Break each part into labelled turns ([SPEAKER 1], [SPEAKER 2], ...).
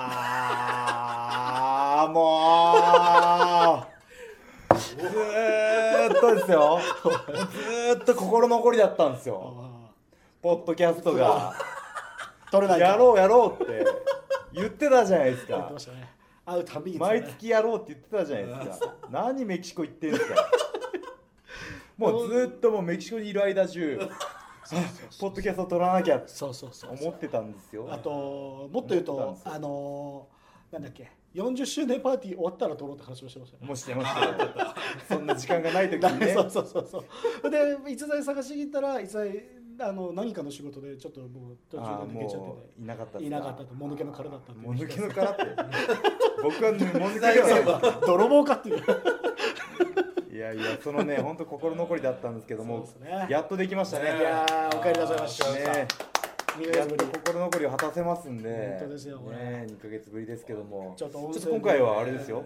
[SPEAKER 1] ああ、もう。ずーっとですよ。ずーっと心残りだったんですよ。ポッドキャストが。
[SPEAKER 2] 取れない
[SPEAKER 1] や
[SPEAKER 2] う
[SPEAKER 1] ろうやろうって。言ってたじゃないです
[SPEAKER 2] やって
[SPEAKER 1] か
[SPEAKER 2] ま。したね会うたびにですね
[SPEAKER 1] 毎月やろうって言ってたじゃないですか。何メキシコ行ってんすか。もうずーっともうメキシコにいる間中。ポッドキャスト取らなきゃって
[SPEAKER 2] そうそうそうそ
[SPEAKER 1] 思
[SPEAKER 2] う
[SPEAKER 1] ってたんですよ。
[SPEAKER 2] あともっと言
[SPEAKER 1] 思って
[SPEAKER 2] うと
[SPEAKER 1] たんですよ
[SPEAKER 2] あのーなんだっけ40周年パーティー終わったら撮ろうって話をしてましたよね
[SPEAKER 1] もうしてましたよ。そんな時間がない 時
[SPEAKER 2] だ
[SPEAKER 1] に
[SPEAKER 2] ね
[SPEAKER 1] ね。
[SPEAKER 2] そうそうそうそうで逸材探しに行ったら逸材あの何かの仕事でちょっともう途
[SPEAKER 1] あ
[SPEAKER 2] 中
[SPEAKER 1] ー
[SPEAKER 2] で抜けちゃって
[SPEAKER 1] もういなかった
[SPEAKER 2] ていなかったともぬけの殻だったって
[SPEAKER 1] もぬけの殻 って僕はねもぬけの殻
[SPEAKER 2] 泥棒かっていう
[SPEAKER 1] いやいやそのね本当心残りだったんですけども
[SPEAKER 2] そうですね
[SPEAKER 1] やっとできましたね
[SPEAKER 2] いやーお帰りなさいまし
[SPEAKER 1] ね
[SPEAKER 2] 二ヶ
[SPEAKER 1] やっと
[SPEAKER 2] 月ぶり
[SPEAKER 1] 心残りを果たせますんで
[SPEAKER 2] 本当ですよこれ
[SPEAKER 1] ね2ヶ月ぶりですけども
[SPEAKER 2] ち
[SPEAKER 1] ち
[SPEAKER 2] ょ
[SPEAKER 1] ょ
[SPEAKER 2] っ
[SPEAKER 1] っ
[SPEAKER 2] と
[SPEAKER 1] と
[SPEAKER 2] 温泉で
[SPEAKER 1] 今回はあれですよ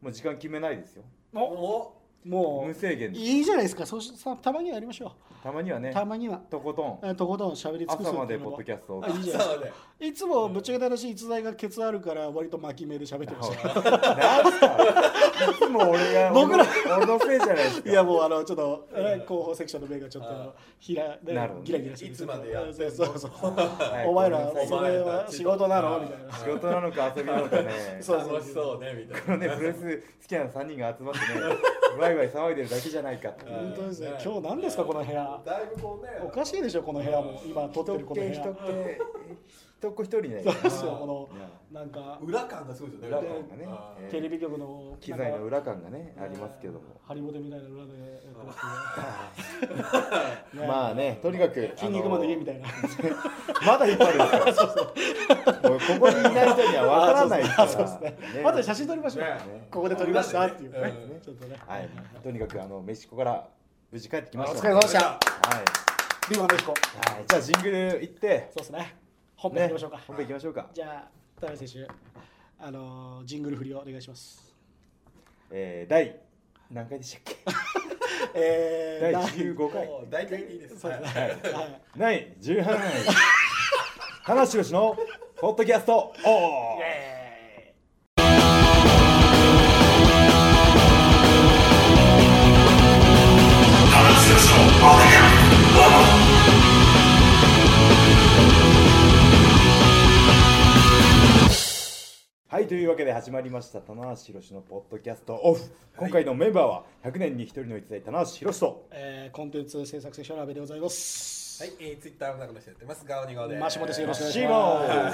[SPEAKER 1] もう時間決めないですよ
[SPEAKER 3] お
[SPEAKER 2] も
[SPEAKER 1] 無制限
[SPEAKER 2] う
[SPEAKER 1] で
[SPEAKER 2] いいじゃないですかそうしさたまにはやりましょ
[SPEAKER 1] たまには
[SPEAKER 2] う
[SPEAKER 1] ね
[SPEAKER 2] たまには
[SPEAKER 1] とことん
[SPEAKER 2] えとことん喋り尽くす
[SPEAKER 1] 朝まで
[SPEAKER 2] っていうの
[SPEAKER 1] ポ
[SPEAKER 2] も
[SPEAKER 1] ッドキャストを
[SPEAKER 2] あいいじゃん
[SPEAKER 3] そうね
[SPEAKER 2] いつもぶっちゃけた話逸材がケツあるから割と巻き目で喋ってました
[SPEAKER 1] なんすかいつも俺が
[SPEAKER 2] 僕ら
[SPEAKER 1] 俺のせいじゃないですか
[SPEAKER 2] いやもうあのちょっとえらい広報セクションの目がちょっと
[SPEAKER 3] あ
[SPEAKER 2] ひらね
[SPEAKER 1] なるほど
[SPEAKER 2] ギラギラしてる
[SPEAKER 3] いつまでやってん
[SPEAKER 2] そう
[SPEAKER 3] の
[SPEAKER 2] そうそう
[SPEAKER 1] はい
[SPEAKER 2] お前ら
[SPEAKER 1] ごめんなさい
[SPEAKER 2] それは仕事なのみたいな
[SPEAKER 1] 仕事なのか遊びなのかね
[SPEAKER 2] そう
[SPEAKER 3] 楽しそうねみたい
[SPEAKER 1] こ
[SPEAKER 3] な
[SPEAKER 1] のねプロレス好きな3人が集まってねワイワイ騒いでるだけじゃないかっていう
[SPEAKER 2] 本当ですね
[SPEAKER 3] ね
[SPEAKER 2] 今日何ですかこの部屋
[SPEAKER 3] だいぶこうね
[SPEAKER 2] おかしいでしょこの部屋も今撮ってるこの部屋
[SPEAKER 1] 一っけ一っ子一人ね
[SPEAKER 2] そうですよこ
[SPEAKER 1] いや
[SPEAKER 2] のなんか
[SPEAKER 3] 裏感がすごいですよね
[SPEAKER 1] 裏感がね
[SPEAKER 3] あー
[SPEAKER 1] えー
[SPEAKER 2] テレビ局の
[SPEAKER 1] 機材の
[SPEAKER 2] なんか
[SPEAKER 1] 裏感がねありますけども
[SPEAKER 2] ハリボテみたいな裏でやってますけどね
[SPEAKER 1] まあねとにかく
[SPEAKER 2] 筋肉マンの家みたいな
[SPEAKER 1] まだ引っ張るんですよもうここにいない人にはわからないか
[SPEAKER 2] あ
[SPEAKER 1] ら
[SPEAKER 2] そうですね
[SPEAKER 1] ね
[SPEAKER 2] まず写真撮りましょう
[SPEAKER 3] ね
[SPEAKER 2] ここで撮りましたっていう
[SPEAKER 3] 裏
[SPEAKER 2] ね
[SPEAKER 3] でね
[SPEAKER 2] ちょっとね
[SPEAKER 1] はいとにかくあのメキシコから無事帰ってきました
[SPEAKER 2] お疲れ様でした
[SPEAKER 1] はい
[SPEAKER 2] ビーマンメキコ
[SPEAKER 1] はい、じゃあジングル行って
[SPEAKER 2] そうですね本編行きましょうか
[SPEAKER 1] ね本編行きましょうか、
[SPEAKER 2] じゃあ田辺選手あのージングル振りをお願いします
[SPEAKER 1] えー、第何回でしたっけ
[SPEAKER 2] えー
[SPEAKER 1] 第
[SPEAKER 2] な
[SPEAKER 1] 15回
[SPEAKER 3] もう大体でいいです
[SPEAKER 2] そうですね
[SPEAKER 3] はい
[SPEAKER 2] はい
[SPEAKER 1] 第17回花しろしのポッドキャストおーはいというわけで始まりました棚橋宏のポッドキャストオフ、今回のメンバーは100年に一人の逸材棚橋宏と
[SPEAKER 2] えーコンテンツ制作セクションラベでございます
[SPEAKER 3] はい、えー、ツイッターの中の人やってます。ガオニガオです。
[SPEAKER 2] マシモですよろしくお願いし
[SPEAKER 1] シモ
[SPEAKER 2] ま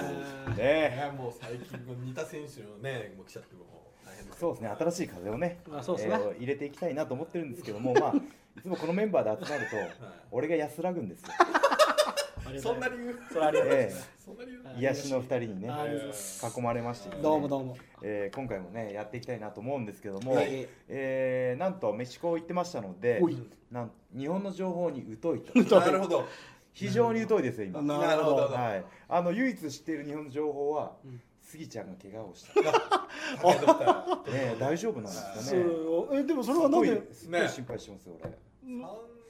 [SPEAKER 1] ン
[SPEAKER 2] す
[SPEAKER 3] い
[SPEAKER 1] ね
[SPEAKER 3] やもう最近この似た選手のね、もう来ちゃってもう大変です。
[SPEAKER 1] そうですね新しい風をね
[SPEAKER 2] まあそうですね
[SPEAKER 1] えー入れていきたいなと思ってるんですけどもまあいつもこのメンバーで集まると俺が安らぐんですよ、
[SPEAKER 2] ありがとう
[SPEAKER 3] そ
[SPEAKER 2] ご
[SPEAKER 3] ん
[SPEAKER 2] ざ
[SPEAKER 3] ない
[SPEAKER 2] ま
[SPEAKER 3] 理由。
[SPEAKER 2] すそれありがとうございま
[SPEAKER 1] え
[SPEAKER 2] す
[SPEAKER 3] そんな理由。
[SPEAKER 1] ー、癒しの二人にね
[SPEAKER 2] ありがとうございま
[SPEAKER 1] 囲まれましてですね、
[SPEAKER 2] どうもどうも
[SPEAKER 1] えー今回もねやっていきたいなと思うんですけども、
[SPEAKER 2] はいはい
[SPEAKER 1] えーなんとメキシコ行ってましたので
[SPEAKER 2] おい
[SPEAKER 1] なん日本の情報に疎いと
[SPEAKER 3] なるほど。
[SPEAKER 1] 非常に疎いですよ今、
[SPEAKER 2] な
[SPEAKER 3] なるほど。
[SPEAKER 1] はい、あの唯一知っている日本の情報は、
[SPEAKER 2] うん
[SPEAKER 1] スギちゃんが怪我をし
[SPEAKER 3] 竹取ったら
[SPEAKER 1] た、ね、大丈夫なんですか
[SPEAKER 2] そ
[SPEAKER 1] ね
[SPEAKER 2] うえでもそれはなんです
[SPEAKER 1] っごい
[SPEAKER 3] ね
[SPEAKER 1] 心配してますよ俺
[SPEAKER 3] 三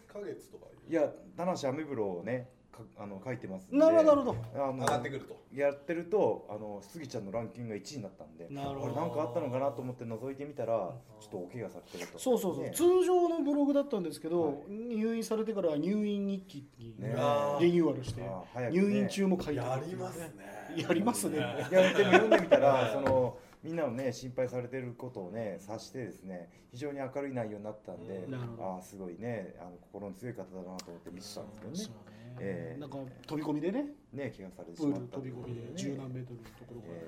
[SPEAKER 3] ヶ月とか。
[SPEAKER 1] いや棚橋アメブロをねかあの書いてますんで
[SPEAKER 2] なるほどなるほど
[SPEAKER 1] あの
[SPEAKER 3] 上がってくると。
[SPEAKER 1] やってるとあのスギちゃんのランキングが1位になったんで
[SPEAKER 2] なるほど
[SPEAKER 1] あれなんかあったのかなと思って覗いてみたらちょっとお怪我されてると
[SPEAKER 2] そうそうそう、
[SPEAKER 1] ね
[SPEAKER 2] 通常のブログだったんですけど、
[SPEAKER 1] はい
[SPEAKER 2] 入院されてから入院日記に
[SPEAKER 1] ね
[SPEAKER 3] あー
[SPEAKER 2] リニューアルして、
[SPEAKER 1] あー早くね
[SPEAKER 2] 入院中も書いてあ
[SPEAKER 3] や
[SPEAKER 2] るってい
[SPEAKER 3] り
[SPEAKER 2] うね
[SPEAKER 3] ますね。
[SPEAKER 2] やりますね
[SPEAKER 1] いやでも読んでみた
[SPEAKER 3] は
[SPEAKER 1] ら
[SPEAKER 3] い
[SPEAKER 1] そのみんなのね心配されてることをね察してですね非常に明るい内容になったんで、
[SPEAKER 3] うん
[SPEAKER 2] なるほど
[SPEAKER 1] ああすごいねあの心の強い方だなと思って見てたんです
[SPEAKER 2] そ
[SPEAKER 1] けどね、
[SPEAKER 2] うね、
[SPEAKER 1] ええ
[SPEAKER 2] なんか飛び込みでね
[SPEAKER 1] ね怪我されて
[SPEAKER 2] プ
[SPEAKER 1] し
[SPEAKER 2] ー
[SPEAKER 1] ま
[SPEAKER 2] ル
[SPEAKER 1] ったと
[SPEAKER 2] 飛
[SPEAKER 1] い
[SPEAKER 2] び
[SPEAKER 1] う
[SPEAKER 2] 込
[SPEAKER 1] こと
[SPEAKER 2] み
[SPEAKER 1] で
[SPEAKER 2] で
[SPEAKER 1] ね
[SPEAKER 2] 十何メートルのところから、
[SPEAKER 1] え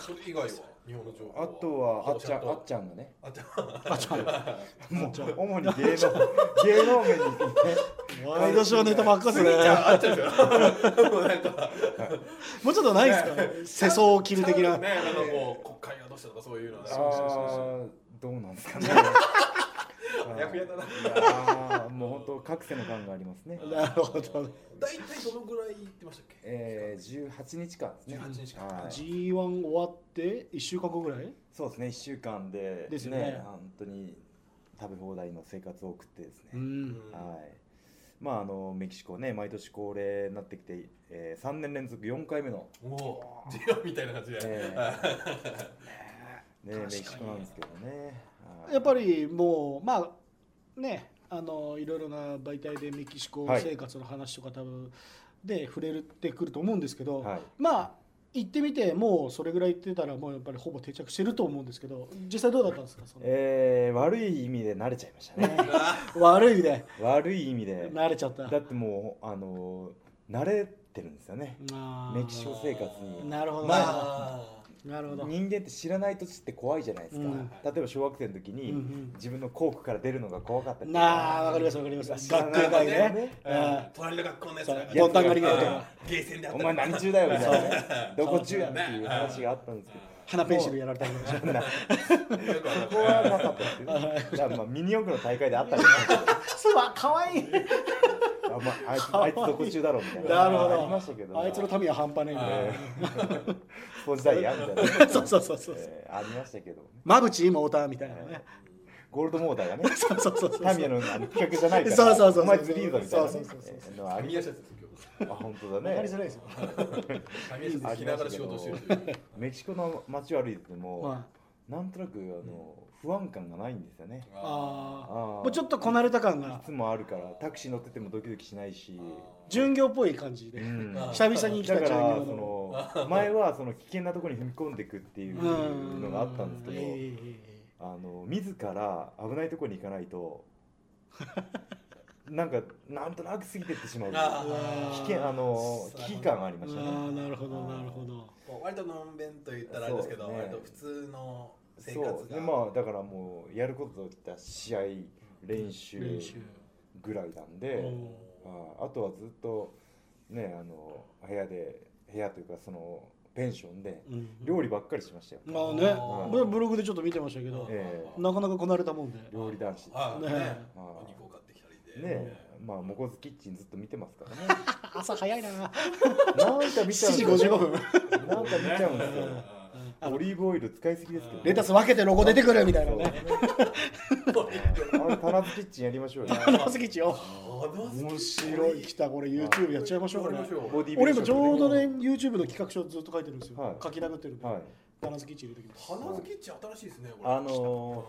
[SPEAKER 3] それ以外は日本の情
[SPEAKER 1] ー
[SPEAKER 3] 報。
[SPEAKER 1] あとはあっちゃんあっ
[SPEAKER 3] ゃん。
[SPEAKER 1] ちゃんがね
[SPEAKER 3] あっちゃん。
[SPEAKER 1] もう主に芸能芸能面にね
[SPEAKER 2] ワイドショーネタばっかですね。
[SPEAKER 3] あっちゃんですよ。もうなんか。
[SPEAKER 2] もうちょっとな いですか、ね、世相を切る的な。
[SPEAKER 3] ね、なんかもう国会がどうしたとかそういうのはね。
[SPEAKER 1] ああどうなんですかね
[SPEAKER 3] あやふやだない
[SPEAKER 1] やーもう本当各世の感がありますね
[SPEAKER 2] なるほどね。
[SPEAKER 3] 大体どのぐらい行ってましたっけ？
[SPEAKER 1] えー、18日間ですね
[SPEAKER 3] 18日間
[SPEAKER 1] はい
[SPEAKER 2] G1 終わって1週間後ぐらい
[SPEAKER 1] そうですね、1週間で、
[SPEAKER 2] ですよね
[SPEAKER 1] 本当に食べ放題の生活を送ってです
[SPEAKER 2] う
[SPEAKER 1] ね、
[SPEAKER 2] ん。
[SPEAKER 3] うん
[SPEAKER 1] はいまああのメキシコね毎年恒例になってきて、えー、3年連続4回目の、
[SPEAKER 3] おおー、ジオみたいな感じで。
[SPEAKER 1] え ーね、
[SPEAKER 2] 確かに
[SPEAKER 1] メキシコなんですけどねはい
[SPEAKER 2] やっぱりもうまあねあのいろいろな媒体でメキシコ
[SPEAKER 1] はい
[SPEAKER 2] 生活の話とか多分で触れてくると思うんですけど、
[SPEAKER 1] はい
[SPEAKER 2] まあ行ってみてもうそれぐらい行ってたらもうやっぱりほぼ定着してると思うんですけど実際どうだったんですかその、
[SPEAKER 1] えー悪い意味で慣れちゃいましたね
[SPEAKER 2] 悪い意味で
[SPEAKER 1] 悪い意味で
[SPEAKER 2] 慣れちゃった
[SPEAKER 1] だってもうあの慣れてるんですよね
[SPEAKER 2] あー
[SPEAKER 1] メキシコ生活に
[SPEAKER 2] なるほど、
[SPEAKER 1] ま
[SPEAKER 3] あ
[SPEAKER 2] なるほど、
[SPEAKER 1] 人間って知らない土地って怖いじゃないですか、
[SPEAKER 2] うん
[SPEAKER 1] 例えば小学生の時に、
[SPEAKER 2] うんうん
[SPEAKER 1] 自分の校区から出るのが怖かったりとか
[SPEAKER 2] なあわかりますわかります
[SPEAKER 1] 知ら
[SPEAKER 2] 学
[SPEAKER 1] ない
[SPEAKER 2] 級会
[SPEAKER 3] なる
[SPEAKER 2] ね
[SPEAKER 3] ほど
[SPEAKER 1] ね
[SPEAKER 2] うん
[SPEAKER 3] ー隣の学校のやつらが
[SPEAKER 2] そうボンタン狩りが
[SPEAKER 1] と
[SPEAKER 2] か
[SPEAKER 3] ゲーセンであった
[SPEAKER 1] お
[SPEAKER 3] り
[SPEAKER 1] 前何中だよみたいなね
[SPEAKER 3] そ
[SPEAKER 1] ど
[SPEAKER 3] う
[SPEAKER 1] こ中やっていう話があったんですけど
[SPEAKER 2] 鼻ペンシルやられたりと か
[SPEAKER 1] な
[SPEAKER 3] よくわかん
[SPEAKER 1] ここはなかったですよだからまあミニ四駆の大会であったりとか
[SPEAKER 2] そうわかわいい
[SPEAKER 1] あ,、まあ、あいつあいつどこ中だろうみたいな
[SPEAKER 2] なるほど
[SPEAKER 1] ありましたけど
[SPEAKER 2] あいつの民は半端ねえみたい
[SPEAKER 1] え
[SPEAKER 2] な
[SPEAKER 1] ースポンジダイヤみたいな、
[SPEAKER 2] そうそうそうそう
[SPEAKER 1] えーありましたけど
[SPEAKER 2] 間口今おたみたいなね。
[SPEAKER 1] ゴールドモーターがね
[SPEAKER 2] そうそうそうそう。
[SPEAKER 1] タミヤのあの企画じゃないから
[SPEAKER 2] そうそうそう
[SPEAKER 1] お前ずリードみたいなね
[SPEAKER 2] そうそうそうそう
[SPEAKER 1] えーのあ
[SPEAKER 3] ない
[SPEAKER 1] り
[SPEAKER 3] 宮下です今
[SPEAKER 1] あ本当だ
[SPEAKER 2] わかり
[SPEAKER 1] ね
[SPEAKER 2] づらいですよ。
[SPEAKER 3] 日宮下さん聞きながら仕事をしてるという
[SPEAKER 1] メキシコの街を歩いてても、
[SPEAKER 2] ま
[SPEAKER 1] なんとなくあの不安感がないんですよね
[SPEAKER 2] あ、
[SPEAKER 1] あ
[SPEAKER 2] ああ。
[SPEAKER 1] も
[SPEAKER 2] もうちょっとこなれた感が
[SPEAKER 1] いつもあるからタクシー乗っててもドキドキしないし、
[SPEAKER 2] 巡業っぽい感じ
[SPEAKER 1] う
[SPEAKER 2] で。
[SPEAKER 1] ん、
[SPEAKER 3] あ
[SPEAKER 1] だ
[SPEAKER 2] 久々に来
[SPEAKER 1] か
[SPEAKER 2] た巡
[SPEAKER 1] ら
[SPEAKER 2] 業
[SPEAKER 1] そ
[SPEAKER 2] の。
[SPEAKER 1] の前はその危険なところに踏み込んでいくっていううんのがあったんですけど、
[SPEAKER 2] いいいいいい
[SPEAKER 1] あの自ら危ないところに行かない となんかなんとなく過ぎてってしまう
[SPEAKER 3] あ
[SPEAKER 2] ー
[SPEAKER 1] 危険あの危機感がありましたね
[SPEAKER 2] ああなるほどなるほど。
[SPEAKER 3] こう割とのんべんと言ったらあれですけど
[SPEAKER 1] そうね
[SPEAKER 3] 割と普通の生活が
[SPEAKER 1] そうでまあだからもうやることといったら試合練習
[SPEAKER 2] 練習。
[SPEAKER 1] ぐらいなんで、
[SPEAKER 2] うん
[SPEAKER 1] ああとはずっとねあの部屋で部屋というかそのペンションで
[SPEAKER 2] うん
[SPEAKER 1] 料理ばっかりしてましたよ、
[SPEAKER 2] まあね
[SPEAKER 3] うん、
[SPEAKER 2] 僕ブログでちょっと見てましたけど、
[SPEAKER 1] ええ
[SPEAKER 2] なかなかこなれたもんで。
[SPEAKER 1] 料理男子
[SPEAKER 3] あ
[SPEAKER 2] ね
[SPEAKER 3] ね
[SPEAKER 1] あー
[SPEAKER 3] お肉を買ってきたりで
[SPEAKER 1] ねまあモコズキッチンずっと見てますから ね
[SPEAKER 2] 朝早いな。
[SPEAKER 1] なんか見ちゃ
[SPEAKER 2] 7
[SPEAKER 1] うん
[SPEAKER 2] 時
[SPEAKER 1] ですよ
[SPEAKER 2] 55分。
[SPEAKER 1] なんか見ちゃうんですよ
[SPEAKER 3] ね
[SPEAKER 2] あの
[SPEAKER 1] オリーブオイル使いすぎですけどね
[SPEAKER 2] レタス分けてロゴ出てくるみたいなね。
[SPEAKER 1] そうねあれタナズキッチンやりま しょうよ
[SPEAKER 2] 花月一よ。面
[SPEAKER 3] 面
[SPEAKER 2] 白い来たこれ YouTube やっちゃいましょうこれ。
[SPEAKER 1] ボディビ
[SPEAKER 2] 俺
[SPEAKER 1] ルシ
[SPEAKER 2] 今
[SPEAKER 1] ョッ
[SPEAKER 2] ち
[SPEAKER 1] プ
[SPEAKER 2] ょう
[SPEAKER 1] ね
[SPEAKER 2] どね YouTube の企画書ずっと書いてるんですよ、
[SPEAKER 1] はい
[SPEAKER 2] 書き殴ってるんで、
[SPEAKER 1] はい
[SPEAKER 2] 必ずキッチン入れてきます
[SPEAKER 3] 花好きっち新しいですねこれ
[SPEAKER 1] あの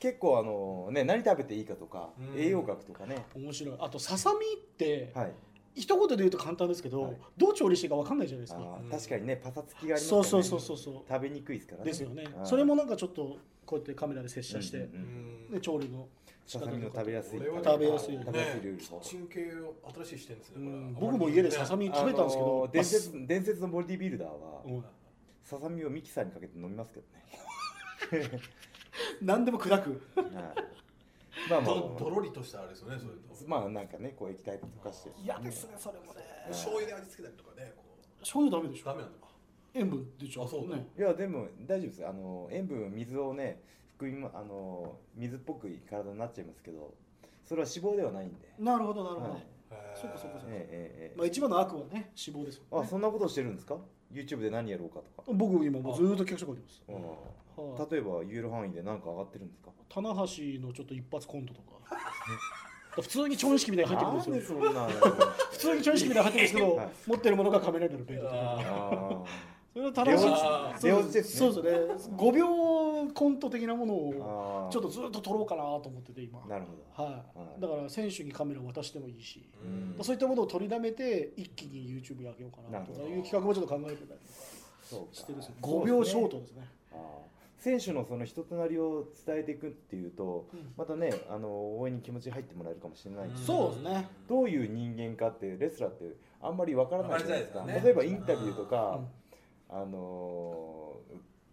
[SPEAKER 1] 結構あのね何食べていいかとか
[SPEAKER 3] うん
[SPEAKER 1] 栄養学とかね
[SPEAKER 2] 面白いあとささみって、
[SPEAKER 1] はい
[SPEAKER 2] 一言で言うと簡単ですけど、
[SPEAKER 1] はい
[SPEAKER 2] どう調理していいか分かんないじゃないです
[SPEAKER 1] あ
[SPEAKER 2] か、
[SPEAKER 1] ー
[SPEAKER 3] うん
[SPEAKER 1] 確かにねパサつきがありますか
[SPEAKER 2] そ
[SPEAKER 1] ら
[SPEAKER 2] う
[SPEAKER 1] ね
[SPEAKER 2] そうそうそうそ
[SPEAKER 1] 食べにくいですから
[SPEAKER 2] う
[SPEAKER 1] ね
[SPEAKER 2] ですよね
[SPEAKER 1] あー
[SPEAKER 2] それもなんかちょっとこうやってカメラで接
[SPEAKER 1] うんうん
[SPEAKER 2] 写して、
[SPEAKER 1] うん
[SPEAKER 2] で調理の仕
[SPEAKER 1] さ
[SPEAKER 2] 方
[SPEAKER 1] さみの
[SPEAKER 2] とか
[SPEAKER 1] 食べやすい
[SPEAKER 3] これは
[SPEAKER 2] 食べやすい
[SPEAKER 1] 食べやすい料理
[SPEAKER 3] キッチン系を新しい視点ですね
[SPEAKER 2] う
[SPEAKER 3] これ
[SPEAKER 2] ん
[SPEAKER 3] は
[SPEAKER 2] 僕も家でささみ食べたんですけ
[SPEAKER 1] あ
[SPEAKER 2] ど
[SPEAKER 1] の、伝説伝説のボディビルダーは
[SPEAKER 2] うん
[SPEAKER 1] ささみをミキサーにかけて飲みますけどね
[SPEAKER 2] 何でも砕く
[SPEAKER 1] はいまあまあ
[SPEAKER 3] どどろりとしたあれですよねそれと
[SPEAKER 1] まあなんかねこう液体で溶かして
[SPEAKER 3] 嫌ですねそれもね
[SPEAKER 1] うん
[SPEAKER 3] 醤油で味付けたりとかねこ
[SPEAKER 2] 醤油ダメで
[SPEAKER 3] う
[SPEAKER 2] し
[SPEAKER 3] ダ
[SPEAKER 2] ょ
[SPEAKER 3] メなんだ
[SPEAKER 2] 塩分でしょ
[SPEAKER 3] あそうだ
[SPEAKER 2] ね
[SPEAKER 1] いやでも大丈夫ですあの塩分水をね含みまあの水っぽく体になっちゃいますけどそれは脂肪ではないんで
[SPEAKER 2] なるほどなるほど、
[SPEAKER 1] はい
[SPEAKER 2] そうかそうかそうか
[SPEAKER 1] ええええ
[SPEAKER 2] まあ、一番の悪はね脂肪ですよ、
[SPEAKER 1] あ
[SPEAKER 2] ね、
[SPEAKER 1] そんなことしてるんですか YouTube で何やろうかとか、
[SPEAKER 2] 僕今もうずーっと企画書書いてます
[SPEAKER 1] うん、
[SPEAKER 2] はい
[SPEAKER 1] 例えば言える範囲で何か上がってるんですか
[SPEAKER 2] 棚橋のちょっと一発コントと か普通にチョン式みたいに入ってくるんですよ
[SPEAKER 1] そんなの
[SPEAKER 2] 普通にチョン式みたいに入ってるんですけど、
[SPEAKER 1] はい
[SPEAKER 2] 持ってるものが仮面ライダーのベルトとか
[SPEAKER 1] あ
[SPEAKER 2] それは棚橋
[SPEAKER 3] あ
[SPEAKER 2] そ
[SPEAKER 3] ー
[SPEAKER 2] う
[SPEAKER 1] 出落ちですね
[SPEAKER 2] そうそうですね5秒コント的なもの
[SPEAKER 1] ー
[SPEAKER 2] を
[SPEAKER 1] あー
[SPEAKER 2] ちょっとずっと撮ろうかなと思ってて今
[SPEAKER 1] なるほど
[SPEAKER 2] はい、
[SPEAKER 1] はい
[SPEAKER 2] だから選手にカメラを渡してもいいし、
[SPEAKER 3] うん
[SPEAKER 2] そういったものを取りだめて一気に YouTube に上げようかな
[SPEAKER 1] なる
[SPEAKER 2] とか
[SPEAKER 1] ほど
[SPEAKER 2] いう企画もちょっと考えてたり
[SPEAKER 1] そうか
[SPEAKER 2] してるんですよ
[SPEAKER 1] そう
[SPEAKER 2] 5
[SPEAKER 1] ですね
[SPEAKER 2] 秒ショートですね
[SPEAKER 1] あー選手のその人となりを伝えていくっていうと
[SPEAKER 2] うん
[SPEAKER 1] またねあの応援に気持ち入ってもらえるかもしれないし、
[SPEAKER 3] うん
[SPEAKER 2] そうですね
[SPEAKER 1] どういう人間かってレスラーってあんまりわからないじゃないですか
[SPEAKER 3] わからない
[SPEAKER 1] 例
[SPEAKER 3] で
[SPEAKER 1] え
[SPEAKER 3] すよ
[SPEAKER 1] ば
[SPEAKER 3] ね
[SPEAKER 1] インタビューとか
[SPEAKER 2] うん、
[SPEAKER 1] あの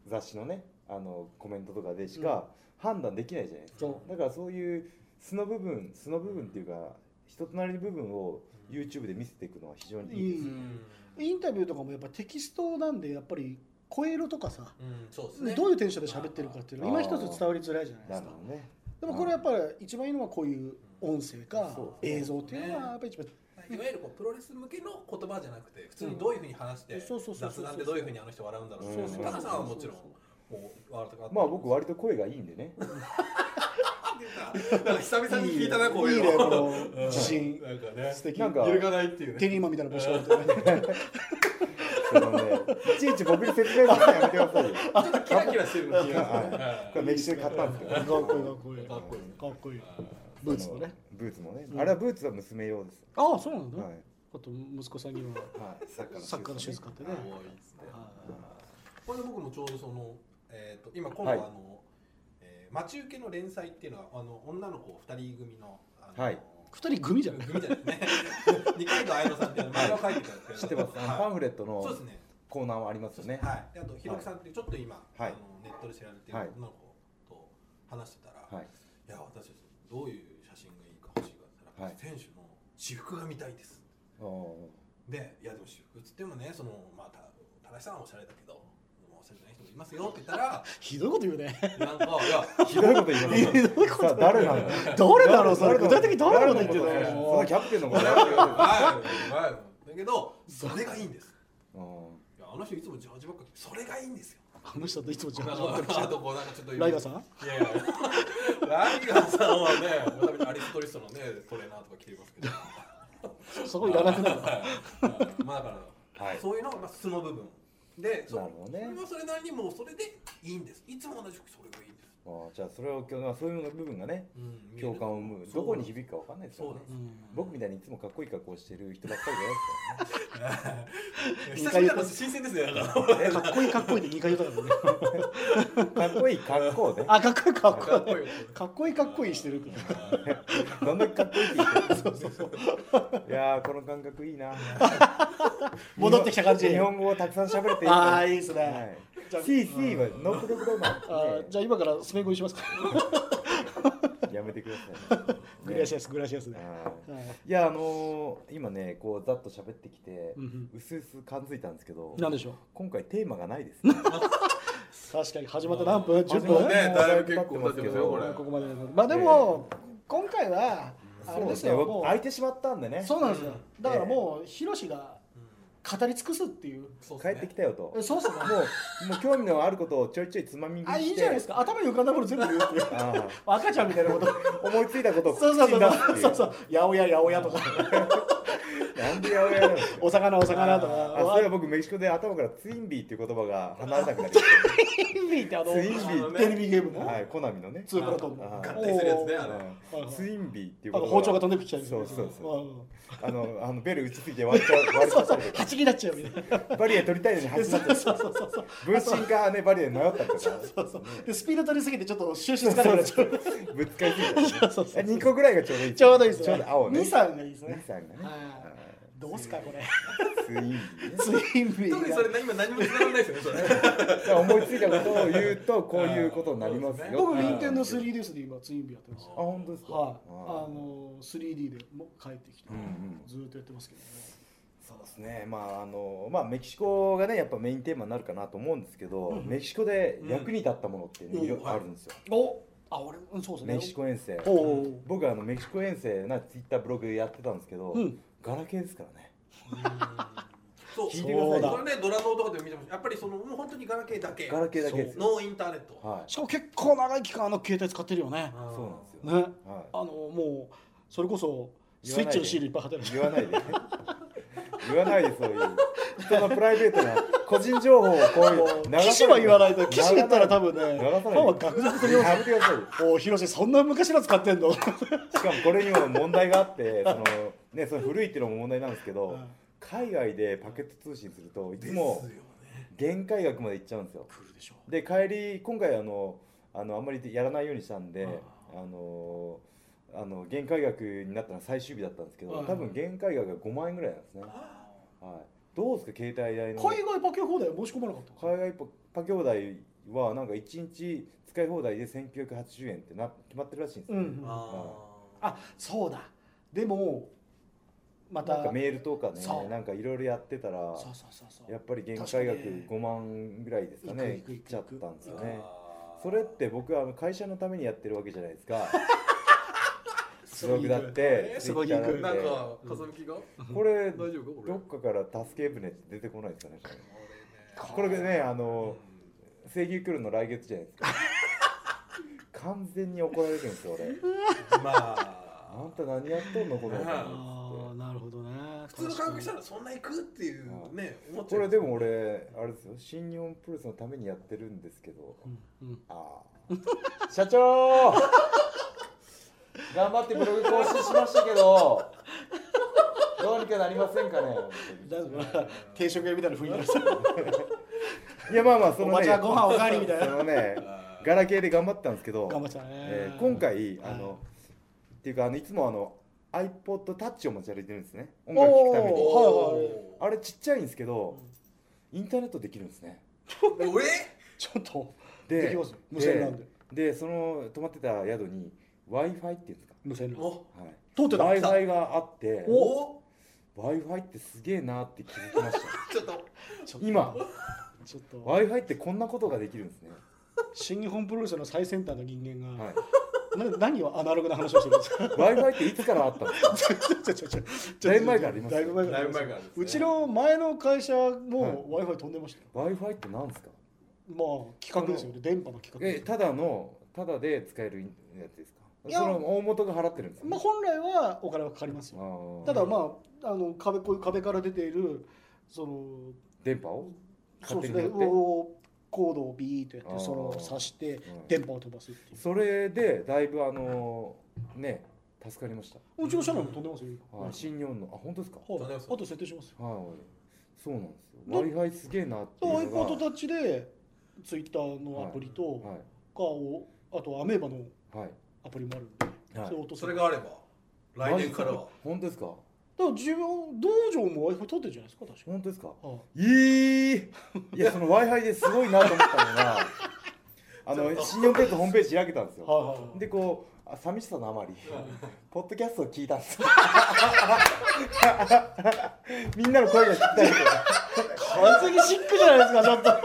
[SPEAKER 1] ー雑誌のねあのコメントとかでしか判断できないじゃないですか、
[SPEAKER 2] そ
[SPEAKER 1] だからそういう素の部分素の部分っていうか人となりの部分を YouTube で見せていくのは非常にいいです、
[SPEAKER 2] いい
[SPEAKER 3] うん
[SPEAKER 2] インタビューとかもやっぱテキストなんでやっぱり声色とかさ、
[SPEAKER 3] うんそうですね
[SPEAKER 2] どういうテンションで喋ってるかっていうのが
[SPEAKER 1] あ
[SPEAKER 2] 今
[SPEAKER 1] ー
[SPEAKER 2] 一つ伝わりづらいじゃないで
[SPEAKER 1] な
[SPEAKER 2] す
[SPEAKER 1] る
[SPEAKER 2] か
[SPEAKER 1] ほどね
[SPEAKER 2] でもこれやっぱり一番いいのはこういう音声か
[SPEAKER 1] そう
[SPEAKER 2] 映像っていうのはやっぱり一番
[SPEAKER 3] いわゆるこうプロレス向けの言葉じゃなくて普通にどういうふうに話して
[SPEAKER 2] うんそうそうそうそう
[SPEAKER 3] 雑談でどういうふうにあの人笑うんだろう
[SPEAKER 1] そうそう
[SPEAKER 3] 高さんはもちろんもう笑うとか
[SPEAKER 1] まあ僕割と声がいいんでね
[SPEAKER 3] っていうか、なんか久々に聞いたな、こういう
[SPEAKER 2] いいねこの
[SPEAKER 3] うん
[SPEAKER 2] 自信
[SPEAKER 3] なんかね、
[SPEAKER 2] 素敵
[SPEAKER 1] なんか
[SPEAKER 3] 揺るがないっていうね。
[SPEAKER 2] テニーマンみたいな帽子かぶってね
[SPEAKER 1] そのねいちいち僕に説明するのやめてくださいよ
[SPEAKER 3] ちょっとキラキラしてるの気がする。
[SPEAKER 1] これ歴史で買ったんですけど
[SPEAKER 2] かっこいいかっこいい
[SPEAKER 3] かっこいいね
[SPEAKER 2] かっこいい
[SPEAKER 3] は
[SPEAKER 2] ブーツのね
[SPEAKER 1] ブーツのね
[SPEAKER 2] うん
[SPEAKER 1] あれはブーツは娘用です
[SPEAKER 2] ああそうなんだ、
[SPEAKER 1] はい
[SPEAKER 2] あと息子さんには
[SPEAKER 1] はいサッカーの
[SPEAKER 2] サッカーのシューズ買ってね
[SPEAKER 3] いもういいですね
[SPEAKER 2] は
[SPEAKER 3] これで僕もちょうどその、えー、と今今度
[SPEAKER 1] は
[SPEAKER 3] あ
[SPEAKER 1] い
[SPEAKER 3] の、えー待ち受けの連載っていうのはあの女の子二人組のあの、
[SPEAKER 1] はい
[SPEAKER 2] 二人組じゃない
[SPEAKER 3] 組じゃないです ね二階堂彩乃さんっていうの漫画を描いてたんです
[SPEAKER 1] 知っ
[SPEAKER 3] け
[SPEAKER 1] て
[SPEAKER 3] ど
[SPEAKER 1] ます
[SPEAKER 3] はい
[SPEAKER 1] パンフレット
[SPEAKER 3] そう
[SPEAKER 1] の
[SPEAKER 3] ですね
[SPEAKER 1] コーナーはあります
[SPEAKER 3] そう
[SPEAKER 1] よ
[SPEAKER 3] です
[SPEAKER 1] ね
[SPEAKER 3] ねはいであとひろきさんっていうちょっと今、
[SPEAKER 1] はい
[SPEAKER 3] あのネットで知られてる女の子と話してたら、
[SPEAKER 1] はい
[SPEAKER 3] い、や私どういう写真がいいか欲しいかって言ったら、
[SPEAKER 1] はい
[SPEAKER 3] 選手の私服が見たいです
[SPEAKER 1] あー
[SPEAKER 3] で、いやでも私服っつってもね、そのまあた田中さんはおしゃれだけど、おしゃれじゃない人もいますよって言ったら、
[SPEAKER 2] ひどいこと言うね
[SPEAKER 3] なんかいや、
[SPEAKER 1] ひどいこと言いますね
[SPEAKER 2] ひどいこ
[SPEAKER 1] さ
[SPEAKER 2] と
[SPEAKER 1] あ誰なの
[SPEAKER 2] 誰だろうそれ
[SPEAKER 1] 誰な
[SPEAKER 2] 具
[SPEAKER 1] の
[SPEAKER 2] 体的に誰のこと言ってた
[SPEAKER 1] そ
[SPEAKER 2] の
[SPEAKER 1] のキャプテンのこと
[SPEAKER 3] 前
[SPEAKER 1] や
[SPEAKER 3] も
[SPEAKER 1] るよ
[SPEAKER 3] 前もだけどそれがいいんです。
[SPEAKER 1] うん
[SPEAKER 3] いやあの人いつもジャージばっか着てそれがいいんですよ。
[SPEAKER 2] あの人といつも違う
[SPEAKER 3] なん
[SPEAKER 2] なってる
[SPEAKER 3] かあとこうなんかちょっと
[SPEAKER 2] ライガーさん
[SPEAKER 3] ん。いやいや、ライガーさんはね、またアリストリストのねトレーナーとか着てますけど、
[SPEAKER 2] そこいらなくなる
[SPEAKER 3] はいはいまあだから。
[SPEAKER 1] はい
[SPEAKER 3] そういうのがまあ素の部分で、そ
[SPEAKER 1] なるほどね
[SPEAKER 3] それはそれなりにもうそれでいいんです。いつも同じ服それがいいんです。
[SPEAKER 1] あーじゃあそれを今日はそういう部分がね
[SPEAKER 3] うん
[SPEAKER 1] 共感を生む
[SPEAKER 3] そう
[SPEAKER 1] どこに響くかわかんないですよ
[SPEAKER 3] そう
[SPEAKER 1] ね
[SPEAKER 3] です
[SPEAKER 2] うん
[SPEAKER 1] 僕みたいにいつもかっこいい格好してる人ばっかりじゃないですからね
[SPEAKER 3] 久しぶりだと新鮮ですね。だから
[SPEAKER 2] かっこいいかっこいいで二回言ったからね
[SPEAKER 1] か っこいい格好ね。
[SPEAKER 2] あかっこいいかっ
[SPEAKER 3] かっ
[SPEAKER 2] こ
[SPEAKER 3] こ
[SPEAKER 2] いい
[SPEAKER 3] いい。
[SPEAKER 2] かっこいいかっこいいしてるか ら
[SPEAKER 1] どんだけかっこいいって言ってる。いやーこの感覚いいな。
[SPEAKER 2] 戻ってきた感じ
[SPEAKER 1] 日本語をたくさん喋れていい。
[SPEAKER 2] ああいいですね、じゃ
[SPEAKER 1] はい。
[SPEAKER 2] あ
[SPEAKER 1] C C はノックドクド
[SPEAKER 2] あーじゃあ今からスメ食いしますか
[SPEAKER 1] やめてくださいね。
[SPEAKER 2] グラシアスグラシアス
[SPEAKER 1] うん
[SPEAKER 2] で、はい
[SPEAKER 1] いやあのー今ねこうざっと喋ってきて
[SPEAKER 2] うんうん
[SPEAKER 1] 薄々感づいたんですけど。
[SPEAKER 2] なんでしょう
[SPEAKER 1] 今回テーマがない ですね。
[SPEAKER 2] 確かに始まって何分10
[SPEAKER 1] 始まっ
[SPEAKER 2] 分
[SPEAKER 1] て
[SPEAKER 3] ね、だいぶ結構経ってますよ、こ
[SPEAKER 1] ね
[SPEAKER 3] れ。
[SPEAKER 2] ここまでまあでも、今回はあれですよ
[SPEAKER 1] そうね
[SPEAKER 2] も
[SPEAKER 1] 空いてしまったんでね
[SPEAKER 2] う。そうなんですよだから
[SPEAKER 1] ええ
[SPEAKER 2] もうヒロシが語り尽くすっていう
[SPEAKER 3] そう
[SPEAKER 1] 帰ってきた
[SPEAKER 3] た。
[SPEAKER 1] よと。
[SPEAKER 2] そうっすね
[SPEAKER 1] もうもう興味のあることをちょいちょいつまみ食
[SPEAKER 2] あ
[SPEAKER 1] いして。
[SPEAKER 2] いいじゃないですか頭に浮かんだもの全部言うっていう
[SPEAKER 1] あー
[SPEAKER 2] 赤ちゃんみたいなこと
[SPEAKER 1] 思いついたことを口
[SPEAKER 2] そうそう
[SPEAKER 1] に
[SPEAKER 2] そう
[SPEAKER 1] 出すっていう
[SPEAKER 2] そうそう八百屋八百屋とか
[SPEAKER 1] なんでやおやなんですか
[SPEAKER 2] お魚お魚と
[SPEAKER 1] あそれは
[SPEAKER 2] か
[SPEAKER 1] 僕メキシコで頭からツインビーっていう言葉が離れなくなりまし
[SPEAKER 2] ツインビーってあの
[SPEAKER 1] ツインビー
[SPEAKER 2] テレビゲーム
[SPEAKER 1] た
[SPEAKER 2] の、
[SPEAKER 1] はいコナミのね
[SPEAKER 2] ツープラトンの
[SPEAKER 1] あ
[SPEAKER 3] 合体するやつね、あれ。
[SPEAKER 1] うんツインビーっていう
[SPEAKER 2] なん
[SPEAKER 1] 言葉
[SPEAKER 2] か包丁が飛んできちゃう
[SPEAKER 1] そうそうそう
[SPEAKER 2] そ
[SPEAKER 1] あのあのベル打ちすぎて割っちゃう割れちゃ
[SPEAKER 2] そう
[SPEAKER 1] った
[SPEAKER 2] そう
[SPEAKER 1] りと
[SPEAKER 2] はちぎなっちゃうみ たいな
[SPEAKER 1] かバリエ取りたいのに走っち
[SPEAKER 2] そ
[SPEAKER 1] ゃ
[SPEAKER 2] う
[SPEAKER 1] っ
[SPEAKER 2] そ
[SPEAKER 1] た
[SPEAKER 2] うそうそうそう
[SPEAKER 1] 分身がねバリエ迷ったりとか
[SPEAKER 2] そうそうでスピード取りすぎてちょっと収集つかなくなっちゃう
[SPEAKER 1] ぶつかりすぎた
[SPEAKER 2] そうそうそう
[SPEAKER 1] り2個ぐらいがちょうどいい
[SPEAKER 2] ちょうどいいです
[SPEAKER 1] ちょ
[SPEAKER 2] ね
[SPEAKER 1] うど青ね
[SPEAKER 2] 二三がいいです
[SPEAKER 1] 二
[SPEAKER 2] ね
[SPEAKER 1] 三がね
[SPEAKER 2] はいどうっすかこれ
[SPEAKER 1] ツインビーね
[SPEAKER 2] ツインビ
[SPEAKER 3] 特
[SPEAKER 2] ー
[SPEAKER 3] に
[SPEAKER 2] が
[SPEAKER 3] それ今何も繋がらないですよね、それ。
[SPEAKER 1] じゃあ思いついたことを言うとこういうことになりますよ
[SPEAKER 2] 僕任天堂
[SPEAKER 1] あ
[SPEAKER 2] 3DS で今ツインビーやってますよ
[SPEAKER 1] 本当ですか
[SPEAKER 2] はい
[SPEAKER 1] あ
[SPEAKER 2] あの 3D でも帰ってきて
[SPEAKER 1] うんうん
[SPEAKER 2] ずーっとやってますけどね
[SPEAKER 3] そうですね。
[SPEAKER 1] ねまああのまあ、メキシコがねやっぱメインテーマになるかなと思うんですけど、
[SPEAKER 2] うん
[SPEAKER 1] メキシコで役に立ったものって、ね
[SPEAKER 2] うん
[SPEAKER 1] いろいろ
[SPEAKER 3] はい
[SPEAKER 1] あるんですよ、
[SPEAKER 2] おあ俺うんそうですね
[SPEAKER 1] メキシコ遠征
[SPEAKER 2] おうおう
[SPEAKER 1] 僕あのメキシコ遠征なツイッターブログやってたんですけど、
[SPEAKER 2] うん
[SPEAKER 1] ガラケーですからね
[SPEAKER 3] そう、
[SPEAKER 1] 聞い
[SPEAKER 3] そ
[SPEAKER 1] てください
[SPEAKER 2] そうだ
[SPEAKER 1] よ
[SPEAKER 3] れね、ドラの音とかでも見てました。やっぱりその、もう本当にガラケーだけ。
[SPEAKER 1] ガラケーだけですよ、
[SPEAKER 3] ノーインターネット。
[SPEAKER 1] はい
[SPEAKER 2] しかも結構長い期間あの携帯使ってるよね
[SPEAKER 3] あー
[SPEAKER 1] そうなんですよ
[SPEAKER 2] ね
[SPEAKER 1] は
[SPEAKER 2] あのもうそれこそスイッチのシールいっぱい貼ってる
[SPEAKER 1] い、言わないで 言わないでそういう人のプライベートな個人情報をこうい う
[SPEAKER 2] 騎士は言わないと
[SPEAKER 1] 流
[SPEAKER 2] 騎
[SPEAKER 1] さ
[SPEAKER 2] 士言ったら多分ね
[SPEAKER 1] 流さ
[SPEAKER 2] フ
[SPEAKER 1] ないで
[SPEAKER 2] ァンはガクガクとり ます
[SPEAKER 1] やめてくださいよ
[SPEAKER 2] おお広瀬そんな昔の使ってんの
[SPEAKER 1] しかもこれにも問題があってその、ね、その古いっていうのも問題なんですけど、
[SPEAKER 2] うん
[SPEAKER 1] 海外でパケット通信するといつ
[SPEAKER 3] です
[SPEAKER 1] も
[SPEAKER 3] よね。
[SPEAKER 1] 限界額まで行っちゃうんですよ
[SPEAKER 2] 来るでしょ
[SPEAKER 1] で帰り今回あのあのあんまりやらないようにしたんで
[SPEAKER 3] あ
[SPEAKER 1] あのあの限界額になったのは最終日だったんですけど
[SPEAKER 2] うん
[SPEAKER 1] 多分限界額が5万円ぐらいなんですね、はい、どうですか携帯代の
[SPEAKER 2] 海外パケ放題申し込まなかったの
[SPEAKER 1] 海外パケ放題はなんか1日使い放題で1980円ってな決まってるらしいんです
[SPEAKER 2] う
[SPEAKER 1] よ、
[SPEAKER 2] んう
[SPEAKER 3] あ
[SPEAKER 2] んあ
[SPEAKER 3] ー
[SPEAKER 2] そうだでもまた
[SPEAKER 1] なんかメールとかね
[SPEAKER 2] そう
[SPEAKER 1] なんかいろいろやってたら
[SPEAKER 2] そうそうそうそう
[SPEAKER 1] やっぱり限界額
[SPEAKER 2] 確かに
[SPEAKER 1] 5万ぐらいですかね
[SPEAKER 2] いく
[SPEAKER 1] 切
[SPEAKER 2] い
[SPEAKER 1] っ
[SPEAKER 2] くいくいく
[SPEAKER 1] ちゃったんですよね
[SPEAKER 3] あー
[SPEAKER 1] それって僕はあの会社のためにやってるわけじゃないです か
[SPEAKER 2] す
[SPEAKER 1] ブ
[SPEAKER 2] ご
[SPEAKER 1] ロ
[SPEAKER 2] い
[SPEAKER 1] グだって
[SPEAKER 2] すごい行く
[SPEAKER 1] Twitter だ
[SPEAKER 3] な
[SPEAKER 1] っ
[SPEAKER 3] ん
[SPEAKER 1] て
[SPEAKER 3] か、風向きが。
[SPEAKER 1] これ
[SPEAKER 3] 大丈夫か、これ
[SPEAKER 1] ど。っかから助け舟って出てこないですかねこ
[SPEAKER 3] これ
[SPEAKER 1] れ
[SPEAKER 3] ね。
[SPEAKER 1] ねあの
[SPEAKER 3] う
[SPEAKER 1] 「正義来る」の来月じゃないですか完全に怒られるんですよ俺
[SPEAKER 3] ま
[SPEAKER 1] あん
[SPEAKER 3] あ
[SPEAKER 1] た何やっとんのこの子
[SPEAKER 2] ああなるほどね
[SPEAKER 3] 普通の感覚したらそんな行くっていうね思っち
[SPEAKER 1] こ
[SPEAKER 3] ゃう
[SPEAKER 1] れでも俺あれですよ新日本プロレスのためにやってるんですけど
[SPEAKER 2] うんうん
[SPEAKER 1] ああ社長 頑張ってブログ更新しましたけどどうにかなりませんかね
[SPEAKER 2] だから定食屋みたいな雰囲気だした
[SPEAKER 1] いやまあまあそ
[SPEAKER 2] お
[SPEAKER 1] の
[SPEAKER 2] ば
[SPEAKER 1] ね
[SPEAKER 2] ちゃんご飯おかわりみたい
[SPEAKER 1] そ
[SPEAKER 2] な
[SPEAKER 1] のね
[SPEAKER 3] あー
[SPEAKER 1] ガラケーで頑張ったんですけど
[SPEAKER 2] 頑張っちゃね、
[SPEAKER 1] えー今回あ
[SPEAKER 2] はい
[SPEAKER 1] のっていうかあのいつもあの iPodTouch を持ち歩いてるんですね音楽聴くために
[SPEAKER 2] おはいはい
[SPEAKER 3] あ
[SPEAKER 1] あれちっちゃいんですけどインターネットできるんですね
[SPEAKER 3] れ俺
[SPEAKER 2] ちょっと
[SPEAKER 1] で
[SPEAKER 2] できますよ無線なんで
[SPEAKER 1] でその泊まってた宿に w i f i っていうんですか、
[SPEAKER 2] 無線なんで
[SPEAKER 3] お
[SPEAKER 1] はい、
[SPEAKER 2] 通ってた
[SPEAKER 1] w i f i があって
[SPEAKER 2] お
[SPEAKER 1] w i f i ってすげえなって気づきました
[SPEAKER 3] ちょっと
[SPEAKER 2] ちょっと
[SPEAKER 1] 今
[SPEAKER 2] ちょっ
[SPEAKER 1] w
[SPEAKER 2] と
[SPEAKER 1] i f i ってこんなことができるんですね、
[SPEAKER 2] 新日本プロレスの最先端の人間が、
[SPEAKER 1] はい、
[SPEAKER 2] な何をアナログな話をしてるんですか
[SPEAKER 1] w i f i っていつからあったんですか
[SPEAKER 2] ちょちょちょちょ
[SPEAKER 1] だいぶ前からあります
[SPEAKER 2] だいぶ前から
[SPEAKER 3] だ
[SPEAKER 2] あ
[SPEAKER 3] い
[SPEAKER 2] り
[SPEAKER 3] ぶ
[SPEAKER 2] ます
[SPEAKER 3] 前からですね
[SPEAKER 2] うちの前の会社
[SPEAKER 1] はい
[SPEAKER 2] も w i f i 飛んでましたよ
[SPEAKER 1] w i f i ってなんですか
[SPEAKER 2] まあ企画ですよね電波の企
[SPEAKER 1] え
[SPEAKER 2] 画
[SPEAKER 1] ただのただで使えるやつですか
[SPEAKER 2] いや
[SPEAKER 1] それは大元が払ってるんですよね、
[SPEAKER 2] まあ本来はお金はかかりますよ
[SPEAKER 1] あー
[SPEAKER 2] ただまああの壁こういう壁から出ているその
[SPEAKER 1] 電波を、
[SPEAKER 2] そう
[SPEAKER 1] 勝手
[SPEAKER 2] です
[SPEAKER 1] に
[SPEAKER 2] ね
[SPEAKER 1] やって
[SPEAKER 2] おコードをビーッとやっ
[SPEAKER 1] あー
[SPEAKER 2] てその刺して
[SPEAKER 1] うん
[SPEAKER 2] 電波を飛ばすっていう
[SPEAKER 1] それでだいぶあのね助かりました、
[SPEAKER 2] うちの社内も飛んでますよ今
[SPEAKER 1] はい、新日本のあ本当ですか
[SPEAKER 2] はい
[SPEAKER 3] 飛んでます
[SPEAKER 2] あと設定しますよ
[SPEAKER 1] はい、そうなんですよ。
[SPEAKER 2] ど
[SPEAKER 1] w i f i すげえなっていうのが。
[SPEAKER 2] iPod タッチでツイッターのアプリと、
[SPEAKER 1] は
[SPEAKER 2] かをあとアメーバの
[SPEAKER 1] い、はい、
[SPEAKER 2] アプリもあるんで、
[SPEAKER 1] はい
[SPEAKER 2] それ落とす
[SPEAKER 3] それがあれば来年か
[SPEAKER 1] マ
[SPEAKER 3] ら
[SPEAKER 1] ジ
[SPEAKER 3] は
[SPEAKER 1] です本当ですか。
[SPEAKER 2] だから自分道場も Wi-Fi 取ってるじゃないですか確か
[SPEAKER 1] 本当ですか。
[SPEAKER 2] あ
[SPEAKER 1] いい。いや、その w i f i ですごいなと思ったの が。あ
[SPEAKER 3] ちょっ
[SPEAKER 1] の、
[SPEAKER 3] と
[SPEAKER 1] 新日本プレスホームページ開けたんですよ。
[SPEAKER 2] はいはいはい
[SPEAKER 1] で、こう、あ寂しさのあまり、ポッドキャストを聞いたん ですよ。みんなの声が聞きたいけど
[SPEAKER 2] 完全にシックじゃないですかちょっと
[SPEAKER 3] か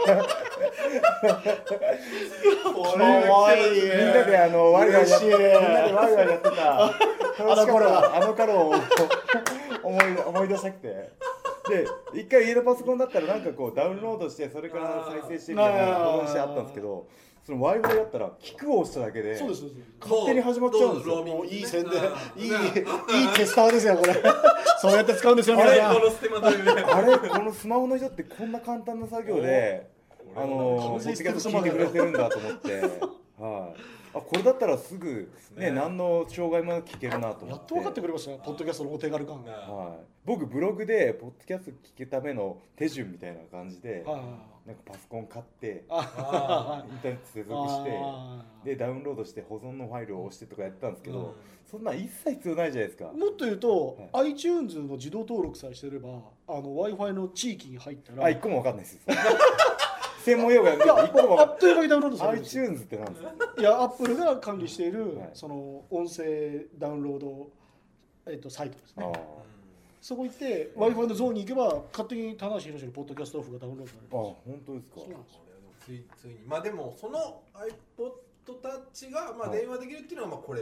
[SPEAKER 2] 可愛い
[SPEAKER 1] みんなで、あの、ワイワイやって、
[SPEAKER 2] 嬉し
[SPEAKER 1] み
[SPEAKER 2] い
[SPEAKER 1] んなでワイワイやってた。
[SPEAKER 2] あの頃は
[SPEAKER 1] あの頃を思い思い出したくて。で、一回家のパソコンだったらなんかこうダウンロードしてそれから再生してみたいな
[SPEAKER 2] あー
[SPEAKER 1] 保存してあったんですけど、その Wi-Fi だったら聞くを押しただけで、
[SPEAKER 2] そうですそうです
[SPEAKER 1] 勝手に始まっちゃうんですよ
[SPEAKER 2] もういい宣伝いいいい
[SPEAKER 3] あ
[SPEAKER 2] テスターですよこれそうやって使うんですよ
[SPEAKER 3] あ
[SPEAKER 2] 皆
[SPEAKER 3] れ
[SPEAKER 2] さん
[SPEAKER 3] このステマというね
[SPEAKER 1] あれこのスマホの人ってこんな簡単な作業で、あの
[SPEAKER 2] 完
[SPEAKER 1] ー、
[SPEAKER 2] 全
[SPEAKER 1] ポッド
[SPEAKER 2] に
[SPEAKER 1] キャスト聞いてくれてるんだと思って、はい。あこれだったらすぐね
[SPEAKER 3] ね
[SPEAKER 1] 何の障害もなく聞けるなと思って。
[SPEAKER 2] やっと分かってくれましたねポッドキャストのお手軽感がはい
[SPEAKER 1] はい、僕ブログでポッドキャスト聞くための手順みたいな感じで、
[SPEAKER 2] はいはい
[SPEAKER 1] なんかパソコン買って
[SPEAKER 2] あ
[SPEAKER 1] イ
[SPEAKER 2] は
[SPEAKER 1] ンターネット接
[SPEAKER 2] いは
[SPEAKER 1] 続してで
[SPEAKER 2] い
[SPEAKER 1] ダウンロードして保存のファイルを押してとかやってたんですけど、
[SPEAKER 3] うん
[SPEAKER 1] そんなん一切必要ないじゃないですか、
[SPEAKER 2] もっと言うと、iTunes の自動登録さえしてればあの Wi-Fi の地域に入ったら
[SPEAKER 1] あ一個も分かんないですよ専門用語やめて
[SPEAKER 2] いや、
[SPEAKER 1] 一個も分
[SPEAKER 2] あ
[SPEAKER 1] かん
[SPEAKER 2] っという間にダウンロードさ
[SPEAKER 1] な
[SPEAKER 2] れ
[SPEAKER 1] い
[SPEAKER 2] るんですよ。
[SPEAKER 1] iTunes ってなんですか
[SPEAKER 2] いや、アップルが管理している、
[SPEAKER 1] はい
[SPEAKER 2] その音声ダウンロード、えっとサイトです
[SPEAKER 1] あ
[SPEAKER 2] ね。
[SPEAKER 1] ー
[SPEAKER 2] そこ行って、Wi-Fi のゾーンに行けば、勝手に棚橋宏のポッドキャストオフがダウンロードされるん
[SPEAKER 1] あ
[SPEAKER 2] ですよ。
[SPEAKER 1] 本当ですか
[SPEAKER 2] そうなんですよ
[SPEAKER 3] これはでもついついにまあでもその iPod タッチがまあ
[SPEAKER 1] はい
[SPEAKER 3] 電話できるっていうのはまあこれ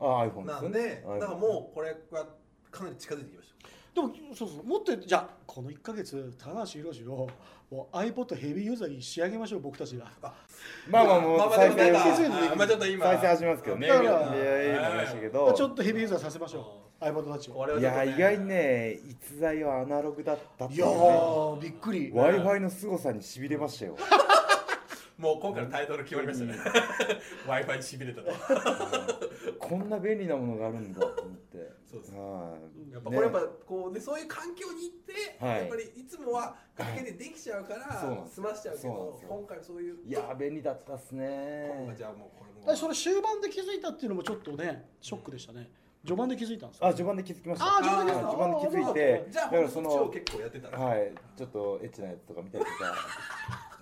[SPEAKER 1] あ iPhone で
[SPEAKER 3] な
[SPEAKER 1] すよ
[SPEAKER 3] ん
[SPEAKER 1] ね
[SPEAKER 3] でだからもうこれはかなり近づいてきました
[SPEAKER 2] でも、そうそう、もっと言うと、じゃあ、この1ヶ月、棚橋宏をもう iPod ヘビーユーザーに仕上げましょう、僕たちが。
[SPEAKER 1] うまあまあもう
[SPEAKER 3] まあまあ
[SPEAKER 1] 再生
[SPEAKER 3] でも
[SPEAKER 1] は
[SPEAKER 2] 再生
[SPEAKER 3] なんかあまあちょっと今
[SPEAKER 1] 再生始めますけどねい
[SPEAKER 2] だ
[SPEAKER 1] や
[SPEAKER 2] か
[SPEAKER 1] い
[SPEAKER 2] ら
[SPEAKER 1] やいい話だけど
[SPEAKER 2] ちょっとヘビーユーザーさせましょう、iPod たちを。
[SPEAKER 3] 我々
[SPEAKER 1] い
[SPEAKER 3] ちょっ
[SPEAKER 1] や
[SPEAKER 3] とね
[SPEAKER 1] 意外にね逸材はアナログだったって
[SPEAKER 2] い
[SPEAKER 1] いう
[SPEAKER 2] や
[SPEAKER 1] ね
[SPEAKER 2] ー、びっくり。
[SPEAKER 1] w i f i の凄さにしびれましたよ
[SPEAKER 3] もう今回のタイトル決まりましたね w i f i しびれたと
[SPEAKER 1] こんな便利なものがあるんだと思って
[SPEAKER 3] そうです
[SPEAKER 1] はい
[SPEAKER 3] やっぱ
[SPEAKER 1] ね
[SPEAKER 3] これやっぱこうねそういう環境に行って、
[SPEAKER 1] はい
[SPEAKER 3] やっぱりいつもは崖でできちゃうから、
[SPEAKER 1] そうなんです
[SPEAKER 3] 済ましちゃうけ
[SPEAKER 1] そうなんで
[SPEAKER 3] ど
[SPEAKER 1] すよ
[SPEAKER 3] 今回そういう
[SPEAKER 1] いやー便利だったっす
[SPEAKER 3] 今
[SPEAKER 1] ね
[SPEAKER 3] 回じゃあもうこれも
[SPEAKER 2] 私それ終盤で気づいたっていうのもちょっとね、ショックでしたね。序盤で気づいたんですよ
[SPEAKER 1] あ序盤で気づきました
[SPEAKER 2] あ
[SPEAKER 3] 序盤で気づいた
[SPEAKER 1] はい序盤で気づいて
[SPEAKER 3] じゃあ
[SPEAKER 1] だから
[SPEAKER 3] 本
[SPEAKER 1] そ
[SPEAKER 3] 当に
[SPEAKER 1] の
[SPEAKER 3] 結構やってたら、
[SPEAKER 1] はいちょっとエッチなやつとか見たりとか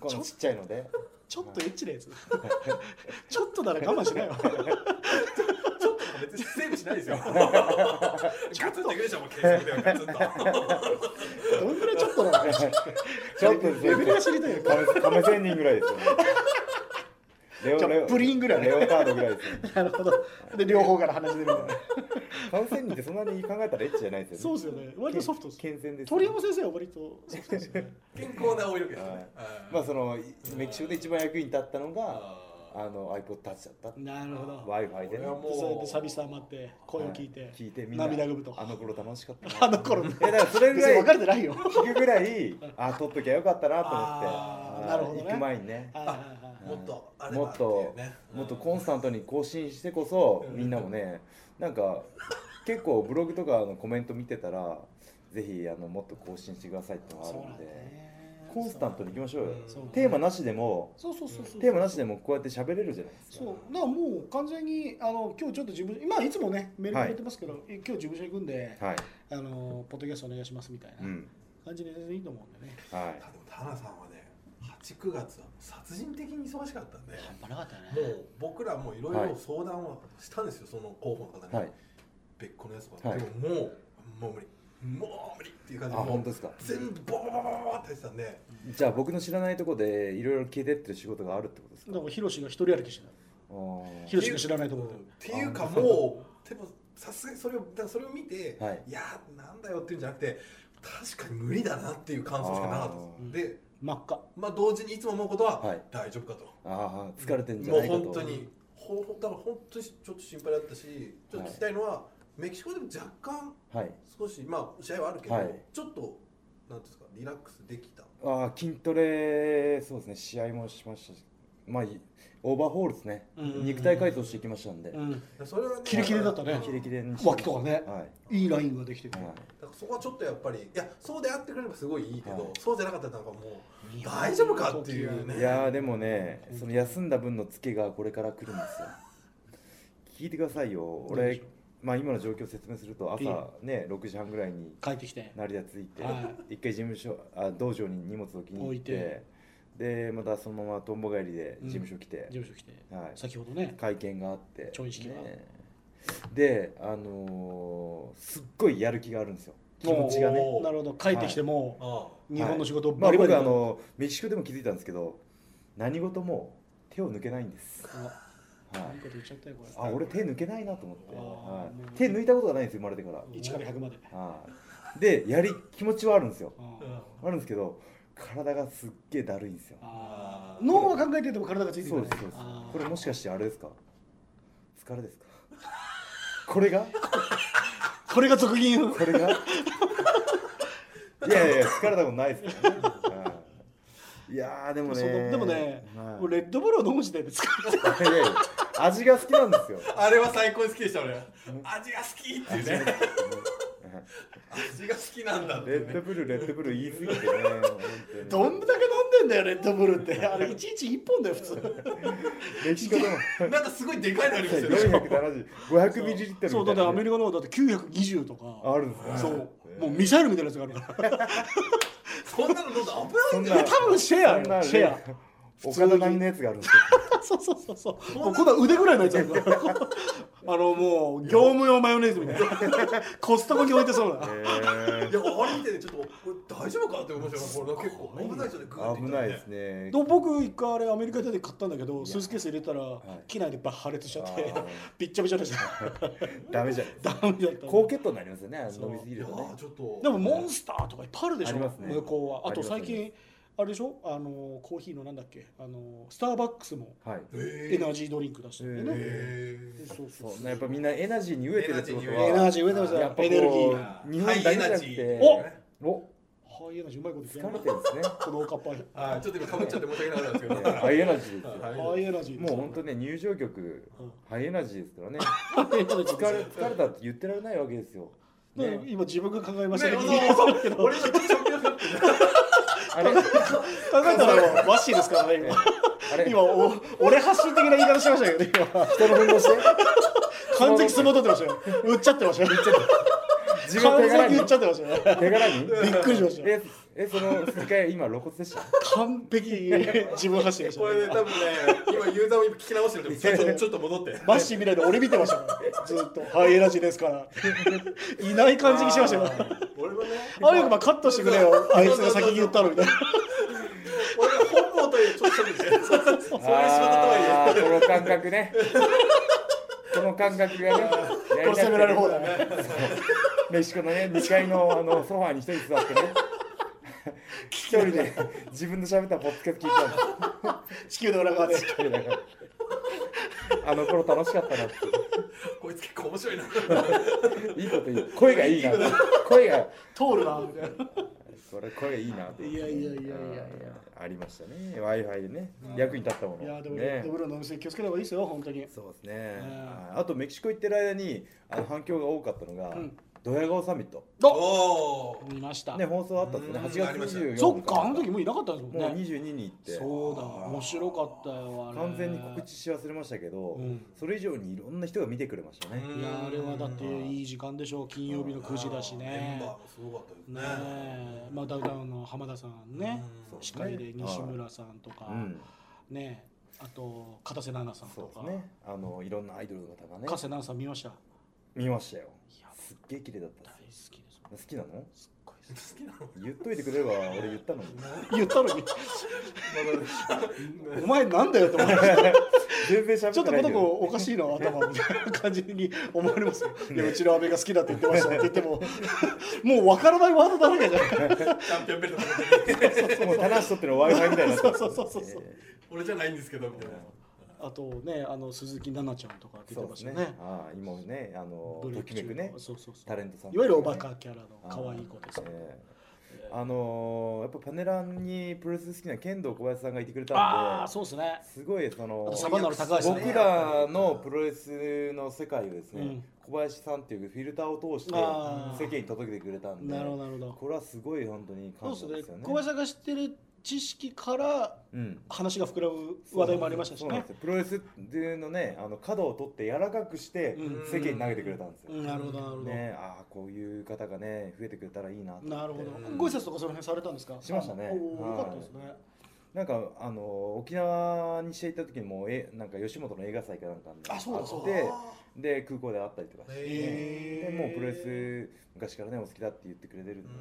[SPEAKER 1] このちっちゃいので
[SPEAKER 2] ちょっとエッチなやつ。 ちょっとなら我慢し ないよ。
[SPEAKER 3] 別にセーブしない ですよガツンといくでしょもう継続ではガツンと
[SPEAKER 2] どんぐらいちょっとなの。
[SPEAKER 1] ちょっとですね
[SPEAKER 2] レベルが知りたいよ。
[SPEAKER 1] 亀亀仙人ぐらいですよねレ
[SPEAKER 2] じゃあプリンぐらい
[SPEAKER 1] レオタードぐらいですよね
[SPEAKER 2] なるほど。で両方から話出るみたいな。
[SPEAKER 1] 亀仙人ってそんなに考えたらエッチじゃないです
[SPEAKER 2] そう
[SPEAKER 1] よね
[SPEAKER 2] ですよね。割とソフトです。
[SPEAKER 1] 健全ですよね
[SPEAKER 2] 鳥山先生は割とソフトですよね。
[SPEAKER 3] 健康なお色気ですね、
[SPEAKER 1] はいまあそのいメキシコで一番役に立ったのが
[SPEAKER 3] あ
[SPEAKER 1] あの iPod タッチだった
[SPEAKER 2] なるほど
[SPEAKER 1] w i f i でね
[SPEAKER 3] 俺はもう
[SPEAKER 2] それで寂しさ余って声を聞いて、
[SPEAKER 1] はい聞いてみんな
[SPEAKER 2] 涙ぐむと
[SPEAKER 1] あの頃楽しかったな
[SPEAKER 2] あの頃ね
[SPEAKER 1] えだからそれぐ
[SPEAKER 2] 別に 別
[SPEAKER 1] らい
[SPEAKER 2] れてな いよ
[SPEAKER 1] 聞くぐらいあ撮っときゃよかったなと思って
[SPEAKER 3] あ
[SPEAKER 2] ー
[SPEAKER 1] はい
[SPEAKER 2] なるほどね
[SPEAKER 1] 行く前にね
[SPEAKER 2] はいはいはい
[SPEAKER 3] もっとあれ
[SPEAKER 1] も
[SPEAKER 3] ば
[SPEAKER 1] って
[SPEAKER 3] い
[SPEAKER 1] と
[SPEAKER 3] うね
[SPEAKER 1] もっとコンスタントに更新してこそみんなもねなんか結構ブログとかのコメント見てたらぜひあのもっと更新してくださいってのがあ
[SPEAKER 2] そ
[SPEAKER 1] る
[SPEAKER 2] うなん
[SPEAKER 1] ん
[SPEAKER 2] だ
[SPEAKER 1] で
[SPEAKER 2] ね
[SPEAKER 1] コンスタントにいきましょうよ
[SPEAKER 2] そう
[SPEAKER 1] テーマなしでも
[SPEAKER 2] そうそうそうそう
[SPEAKER 1] テーマなしでもこうやって喋れるじゃないですか
[SPEAKER 2] そうだからもう完全にあの今日ちょっと自分今いつもねメールくれてますけど、え今日事務所行くんで、
[SPEAKER 1] はい
[SPEAKER 2] あのポッドキャストお願いしますみたいな
[SPEAKER 1] うん
[SPEAKER 2] 感じで全然いいと思うんでね、
[SPEAKER 1] はい
[SPEAKER 3] でも田名さんはね89月は殺人的に忙しかったんで
[SPEAKER 2] 半端なかったよね
[SPEAKER 3] もう僕らもいろいろ相談をしたんですよ、その候補の方に、
[SPEAKER 1] はい
[SPEAKER 3] 別個のやつも、
[SPEAKER 1] はい
[SPEAKER 3] でももうもう無理もう無理っていう
[SPEAKER 1] あ
[SPEAKER 3] 感じでもう
[SPEAKER 1] 本当ですか
[SPEAKER 3] 全部ボボボボボボってやってたんで
[SPEAKER 1] じゃあ僕の知らないとこでいろいろ消えてってる仕事があるってことですか
[SPEAKER 2] だからヒロシが一人歩きして
[SPEAKER 1] あー
[SPEAKER 2] ヒロシが知らないところで
[SPEAKER 3] っていうかもうでもさすがにそれをだからそれを見て、
[SPEAKER 1] はい
[SPEAKER 3] やーなんだよっていうんじゃなくて確かに無理だなっていう感想しかなかったんですで
[SPEAKER 2] 真っ赤
[SPEAKER 3] まあ同時にいつも思うことは、
[SPEAKER 1] はい
[SPEAKER 3] 大丈夫かと
[SPEAKER 1] あー疲れてんじゃ
[SPEAKER 3] もう
[SPEAKER 1] ないかと
[SPEAKER 3] 本当にほんだから本当にちょっと心配だったしちょっと聞きたいのは、メキシコでも若干
[SPEAKER 1] はい
[SPEAKER 3] 少しまあ試合はあるけど、
[SPEAKER 1] はい
[SPEAKER 3] ちょっとなんていうんですかリラックスできた
[SPEAKER 1] あー筋トレそうですね試合もしましたしまあいオーバーホールですね
[SPEAKER 2] うんうんうん
[SPEAKER 1] 肉体改造してきましたんで
[SPEAKER 2] うん
[SPEAKER 3] それはね
[SPEAKER 2] キレキレだったね
[SPEAKER 1] キレキレにして
[SPEAKER 2] 脇とかね
[SPEAKER 1] はい
[SPEAKER 2] いいラインができてて、
[SPEAKER 1] は
[SPEAKER 3] だからそこはちょっとやっぱりいやそうであってくれればすごいいいけど、
[SPEAKER 1] はい
[SPEAKER 3] そうじゃなかったらなんかもう大丈夫かっていうね
[SPEAKER 1] い、いやーでもねその休んだ分のツケがこれから来るんですよ聞いてくださいよ
[SPEAKER 2] どうで
[SPEAKER 1] 俺
[SPEAKER 2] しょう
[SPEAKER 1] まあ今の状況を説明すると
[SPEAKER 2] いい
[SPEAKER 1] 朝ね6時半ぐらいに
[SPEAKER 2] 帰ってきて
[SPEAKER 1] 成田着いて、
[SPEAKER 2] は
[SPEAKER 1] 一回事務所あ道場に荷物置きに行っ
[SPEAKER 2] 置い
[SPEAKER 1] て
[SPEAKER 2] て
[SPEAKER 1] でまたそのままとんぼ帰りで事務所来て、
[SPEAKER 2] 事務所来て、
[SPEAKER 1] はい
[SPEAKER 2] 先ほどね
[SPEAKER 1] 会見があって
[SPEAKER 2] 調印式が
[SPEAKER 1] ねであのーすっごいやる気があるんですよ気持ちがね
[SPEAKER 3] おー
[SPEAKER 2] なるほど帰ってきても、
[SPEAKER 3] あ
[SPEAKER 2] 日本の仕事を
[SPEAKER 1] ま
[SPEAKER 2] バ
[SPEAKER 1] あ、
[SPEAKER 2] リバリ
[SPEAKER 1] 僕
[SPEAKER 2] や
[SPEAKER 1] あ
[SPEAKER 2] る、
[SPEAKER 1] のメキシコでも気づいたんですけど何事も手を抜けないんです、
[SPEAKER 2] う
[SPEAKER 1] は
[SPEAKER 2] わ
[SPEAKER 1] い
[SPEAKER 2] いいこと言っちゃったよこれ
[SPEAKER 1] あ俺手抜けないなと思って、
[SPEAKER 3] あ
[SPEAKER 2] ー
[SPEAKER 1] は
[SPEAKER 2] もう
[SPEAKER 1] い、手抜いたことがないんですよ生まれてから、
[SPEAKER 2] 1から100まで、
[SPEAKER 1] はい、でやり気持ちはあるんですよ
[SPEAKER 3] あ、うん
[SPEAKER 1] あるんですけど体がすっげえだるいんですよ
[SPEAKER 2] あ
[SPEAKER 3] あ
[SPEAKER 2] ー脳は考えてても体がついて
[SPEAKER 1] そ
[SPEAKER 2] な
[SPEAKER 1] う
[SPEAKER 2] い
[SPEAKER 1] ですそうです
[SPEAKER 2] あー
[SPEAKER 1] これもしかしてあれですか疲れですかこれが
[SPEAKER 2] これが俗銀
[SPEAKER 1] こ れがいやいやいや疲れたことないですからね、うんいやーでも
[SPEAKER 2] そう
[SPEAKER 1] ね
[SPEAKER 2] だでもね、
[SPEAKER 1] はい
[SPEAKER 2] もうレッドブルを飲む時点で疲れてる
[SPEAKER 1] いやいや味が好きなんですよ
[SPEAKER 3] あれは最高に好きでした俺味が好きっていうね味が好きなんだって
[SPEAKER 1] レ
[SPEAKER 3] いう
[SPEAKER 1] ッ
[SPEAKER 3] ね
[SPEAKER 1] ドブルレッドブル言い過ぎてね
[SPEAKER 2] ど
[SPEAKER 1] 本
[SPEAKER 2] んだけ飲んでんだよレッドブ ルってあれ1日1本だよ普通
[SPEAKER 1] 当にメキシコでも
[SPEAKER 3] なんかすごいでかいのありますよね
[SPEAKER 1] 470 500ミリリットル
[SPEAKER 2] そう
[SPEAKER 1] み
[SPEAKER 2] だ
[SPEAKER 1] たい
[SPEAKER 2] ってア
[SPEAKER 1] な
[SPEAKER 2] メ
[SPEAKER 1] ね
[SPEAKER 2] リカの方だって920とか
[SPEAKER 1] あるんですか
[SPEAKER 2] そう
[SPEAKER 1] えー
[SPEAKER 2] もうミサイルみたいなやつがあるから
[SPEAKER 3] そんなのどんどん危
[SPEAKER 1] そ
[SPEAKER 3] ないん
[SPEAKER 1] ん
[SPEAKER 3] だ
[SPEAKER 1] な
[SPEAKER 3] よ
[SPEAKER 2] いや 多分シェアよ
[SPEAKER 1] そんな
[SPEAKER 2] シェア
[SPEAKER 1] 岡田並みのやつがあるんですよ
[SPEAKER 2] そうそうそうそう。もうこんな腕ぐらいのやつあるから。 あのもう業務用マヨネーズみたいな。コストコに置いてそうな。
[SPEAKER 1] へ
[SPEAKER 3] いやあれ見てねちょっとこれ大丈夫かって思いましたよこれ結構危ないですよねグー
[SPEAKER 1] ー
[SPEAKER 3] って
[SPEAKER 1] 危
[SPEAKER 3] っ
[SPEAKER 1] ない
[SPEAKER 3] た
[SPEAKER 1] ですね
[SPEAKER 2] で僕一回あれアメリカで買ったんだけどスーツケース入れたら機内でば破裂しちゃって
[SPEAKER 1] あー
[SPEAKER 2] びっちゃびちゃでした
[SPEAKER 1] ダメじゃん
[SPEAKER 2] ダメだった
[SPEAKER 1] 高血糖になりますよね
[SPEAKER 2] そう
[SPEAKER 1] 飲みすぎ
[SPEAKER 3] い
[SPEAKER 1] る
[SPEAKER 3] や
[SPEAKER 1] とね
[SPEAKER 3] ーちょっと
[SPEAKER 2] でもモンスターとかいっぱいあるでし
[SPEAKER 1] あ
[SPEAKER 2] ょ、
[SPEAKER 1] りますね
[SPEAKER 2] 向こうはあと
[SPEAKER 1] あります
[SPEAKER 2] 最近あれでしょあのコーヒーのなんだっけあのスターバックスも
[SPEAKER 1] はい
[SPEAKER 2] エ
[SPEAKER 3] え
[SPEAKER 2] ナジードリンク出してるよね、
[SPEAKER 3] えー
[SPEAKER 2] そうそう
[SPEAKER 1] そ
[SPEAKER 2] そう
[SPEAKER 1] うやっぱみんなエナジーに飢えてるってことは
[SPEAKER 2] エナジー飢えてますよ
[SPEAKER 1] やっぱこう
[SPEAKER 2] エネルギー
[SPEAKER 1] 日本だけじゃなく
[SPEAKER 3] ハイ
[SPEAKER 1] て
[SPEAKER 3] エ
[SPEAKER 2] ナ
[SPEAKER 1] お
[SPEAKER 2] はいエナジーうまいこと言
[SPEAKER 1] 疲
[SPEAKER 2] っ
[SPEAKER 1] れ
[SPEAKER 2] てん
[SPEAKER 1] てるんですね
[SPEAKER 2] このおかっぱい
[SPEAKER 3] はいちょっと今かぶっちゃって申し訳なかったんですけ
[SPEAKER 1] いやハイエナジーです
[SPEAKER 3] は
[SPEAKER 1] よ
[SPEAKER 3] い
[SPEAKER 2] ハイエナジー
[SPEAKER 1] もう本
[SPEAKER 2] 当
[SPEAKER 1] 当ね入場曲ハイエナジーですからね
[SPEAKER 2] ハイエナジーです
[SPEAKER 1] 疲れ疲れたって言ってられないわけですよ
[SPEAKER 2] ね
[SPEAKER 1] ね、
[SPEAKER 2] 今自分が考えましたけ
[SPEAKER 3] ど
[SPEAKER 2] ど、
[SPEAKER 3] ね
[SPEAKER 2] 考
[SPEAKER 3] そうそう俺の気持ちを
[SPEAKER 1] あれ
[SPEAKER 2] えたらワッシーですからね
[SPEAKER 1] あ
[SPEAKER 2] 今
[SPEAKER 1] れ
[SPEAKER 2] 今お俺発信的な言い方しましたけど今
[SPEAKER 1] 人のふんどうして
[SPEAKER 2] 完全に相撲取ってましたよ売っちゃってましたよ
[SPEAKER 1] 自分
[SPEAKER 2] 完
[SPEAKER 1] 手柄
[SPEAKER 2] 全
[SPEAKER 1] に
[SPEAKER 2] に売っちゃってましたよ
[SPEAKER 1] 手柄に
[SPEAKER 2] びっくりしましたよ
[SPEAKER 1] ええその吹き替え今露骨で した
[SPEAKER 2] 完璧に自分発信でした
[SPEAKER 3] こ
[SPEAKER 2] よ
[SPEAKER 3] れね多分ね今ユーザーを今聞き直してるんでちょっとちょっと戻って
[SPEAKER 2] マッシーみたいで俺見てましたからずっとハイエナジーですからいない感じにしましたよ
[SPEAKER 3] 俺はね
[SPEAKER 2] あよくまあカットしてくれよあいつが先に言ったのみたいな
[SPEAKER 3] 俺が本望というちょっとしたんですよそういう仕事とはい
[SPEAKER 1] あーこの感覚ねこの感覚がねやりたく
[SPEAKER 2] こ
[SPEAKER 1] て
[SPEAKER 2] れ責められる方だね
[SPEAKER 1] メシコのね2階のあのソファーに一人座ってね一人で自分の喋ったポッドキャスト聞いて
[SPEAKER 2] 地球の裏側で
[SPEAKER 1] たんですよあの頃楽しかったなって
[SPEAKER 3] こいつ結構面白いな。
[SPEAKER 1] いいこと言う声がいいな声が
[SPEAKER 2] 通るなみたいな
[SPEAKER 1] これ声がいいなって
[SPEAKER 2] いやいやいやいやいや
[SPEAKER 1] ありましたね w i f i でね
[SPEAKER 3] うん
[SPEAKER 1] 役に立ったもの
[SPEAKER 2] いやでも
[SPEAKER 1] ね
[SPEAKER 2] ドブロのお店気をつけた方がいいですよ本当に
[SPEAKER 1] そうですねああとメキシコ行ってる間にあの反響が多かったのが
[SPEAKER 2] うん
[SPEAKER 1] ドヤ顔サミット
[SPEAKER 3] おお。
[SPEAKER 2] 見ました
[SPEAKER 1] ね放送あったんですよね
[SPEAKER 3] うん
[SPEAKER 1] 8月24日
[SPEAKER 2] そっかあの時もういなかったんですもん
[SPEAKER 1] もう
[SPEAKER 2] ね
[SPEAKER 1] 22に行って
[SPEAKER 2] そうだ面白かったよあれ
[SPEAKER 1] 完全に告知し忘れましたけど、
[SPEAKER 2] うん
[SPEAKER 1] それ以上にいろんな人が見てくれましたね、
[SPEAKER 3] うん
[SPEAKER 2] いやあれはだっていい時間でしょう金曜日の9時だし
[SPEAKER 3] メン
[SPEAKER 2] ね
[SPEAKER 3] バーもすごかったですね
[SPEAKER 2] ね。えまあダウンタウンの浜田さんね
[SPEAKER 3] うん
[SPEAKER 2] 司会で西村さんとか
[SPEAKER 1] うん、
[SPEAKER 2] ねあと片瀬奈々さんと
[SPEAKER 1] そうで
[SPEAKER 2] か
[SPEAKER 1] すねあのいろんなアイドルの方がね
[SPEAKER 2] 片瀬奈々さん見ました大
[SPEAKER 1] 見ましたよ
[SPEAKER 2] いや
[SPEAKER 1] すっげえ綺麗だった
[SPEAKER 2] 好きです
[SPEAKER 1] 好きなの
[SPEAKER 2] すっごい好
[SPEAKER 3] 好きなの
[SPEAKER 1] 言っといてくれれば俺言 ったのに
[SPEAKER 2] き言ったのに お前なんだよって思いました
[SPEAKER 1] 全然喋
[SPEAKER 2] ちょ
[SPEAKER 1] っ
[SPEAKER 2] って
[SPEAKER 1] ない
[SPEAKER 2] とこの
[SPEAKER 1] け
[SPEAKER 2] 子
[SPEAKER 1] ど
[SPEAKER 2] おかしいな頭みたいな感じに思われますよ。 いやうちの阿部が好きだって言ってましたって言ってももう分からないワードだらけじゃない。
[SPEAKER 3] チャンピオンベルト持ってて
[SPEAKER 1] もう棚橋とっての w i f i みたいになってる
[SPEAKER 2] そうそうそうそう
[SPEAKER 1] え
[SPEAKER 3] 俺じゃないんですけどみたいな。
[SPEAKER 2] あとねあの鈴木奈々ちゃんとか
[SPEAKER 1] ー
[SPEAKER 2] 出
[SPEAKER 1] そ
[SPEAKER 2] て
[SPEAKER 1] うで
[SPEAKER 2] ますした
[SPEAKER 1] ね
[SPEAKER 2] ね。
[SPEAKER 1] ああ今ねあの
[SPEAKER 2] ブレ
[SPEAKER 1] と
[SPEAKER 2] イク
[SPEAKER 1] き
[SPEAKER 2] 中
[SPEAKER 1] めくね
[SPEAKER 2] のそうそうそ
[SPEAKER 1] タ
[SPEAKER 2] う。
[SPEAKER 1] レントさん
[SPEAKER 2] いわゆるおバカキャラの可愛い子です
[SPEAKER 1] あ
[SPEAKER 2] よ
[SPEAKER 1] ー。え
[SPEAKER 2] え
[SPEAKER 1] ーあのーやっぱパネラーにプロレス好きな剣道小林さんがいてくれたんで
[SPEAKER 2] ああそうですね。
[SPEAKER 1] すごいその
[SPEAKER 2] あとサバンナの高橋さんね。
[SPEAKER 1] 僕らのプロレスの世界をですね、
[SPEAKER 2] うん
[SPEAKER 1] 小林さんっていうフィルターを通して
[SPEAKER 2] あー
[SPEAKER 1] 世間に届けてくれたんで
[SPEAKER 2] なるほどなるほど。
[SPEAKER 1] これはすごい本当に
[SPEAKER 2] そう
[SPEAKER 1] 感
[SPEAKER 2] で
[SPEAKER 1] 謝
[SPEAKER 2] す
[SPEAKER 1] ですよ
[SPEAKER 2] ね
[SPEAKER 1] ね。
[SPEAKER 2] 小林さんが知ってる知識から
[SPEAKER 1] うん
[SPEAKER 2] 話が膨らむ話題もありましたし
[SPEAKER 1] そうなん
[SPEAKER 2] ね
[SPEAKER 1] です。よプロレスっていうのねあの角を取って柔らかくして
[SPEAKER 2] うん
[SPEAKER 1] 世間に投げてくれたんですよ。
[SPEAKER 2] うんなるほどなるほど。
[SPEAKER 1] ねああこういう方がね増えてくれたらいいなと
[SPEAKER 2] なるほど
[SPEAKER 3] うん。
[SPEAKER 2] ご挨拶とかその辺されたんですか。
[SPEAKER 1] しましたね
[SPEAKER 2] おお
[SPEAKER 1] はい
[SPEAKER 2] よかったですね。
[SPEAKER 1] なんかあの沖縄にしていた時にもえなんか吉本の映画祭かなんかに
[SPEAKER 2] あそうだそう
[SPEAKER 1] 会ってで空港で会ったりとかして、
[SPEAKER 2] へー
[SPEAKER 1] でもうプロレス昔からねお好きだって言ってくれてるんでね、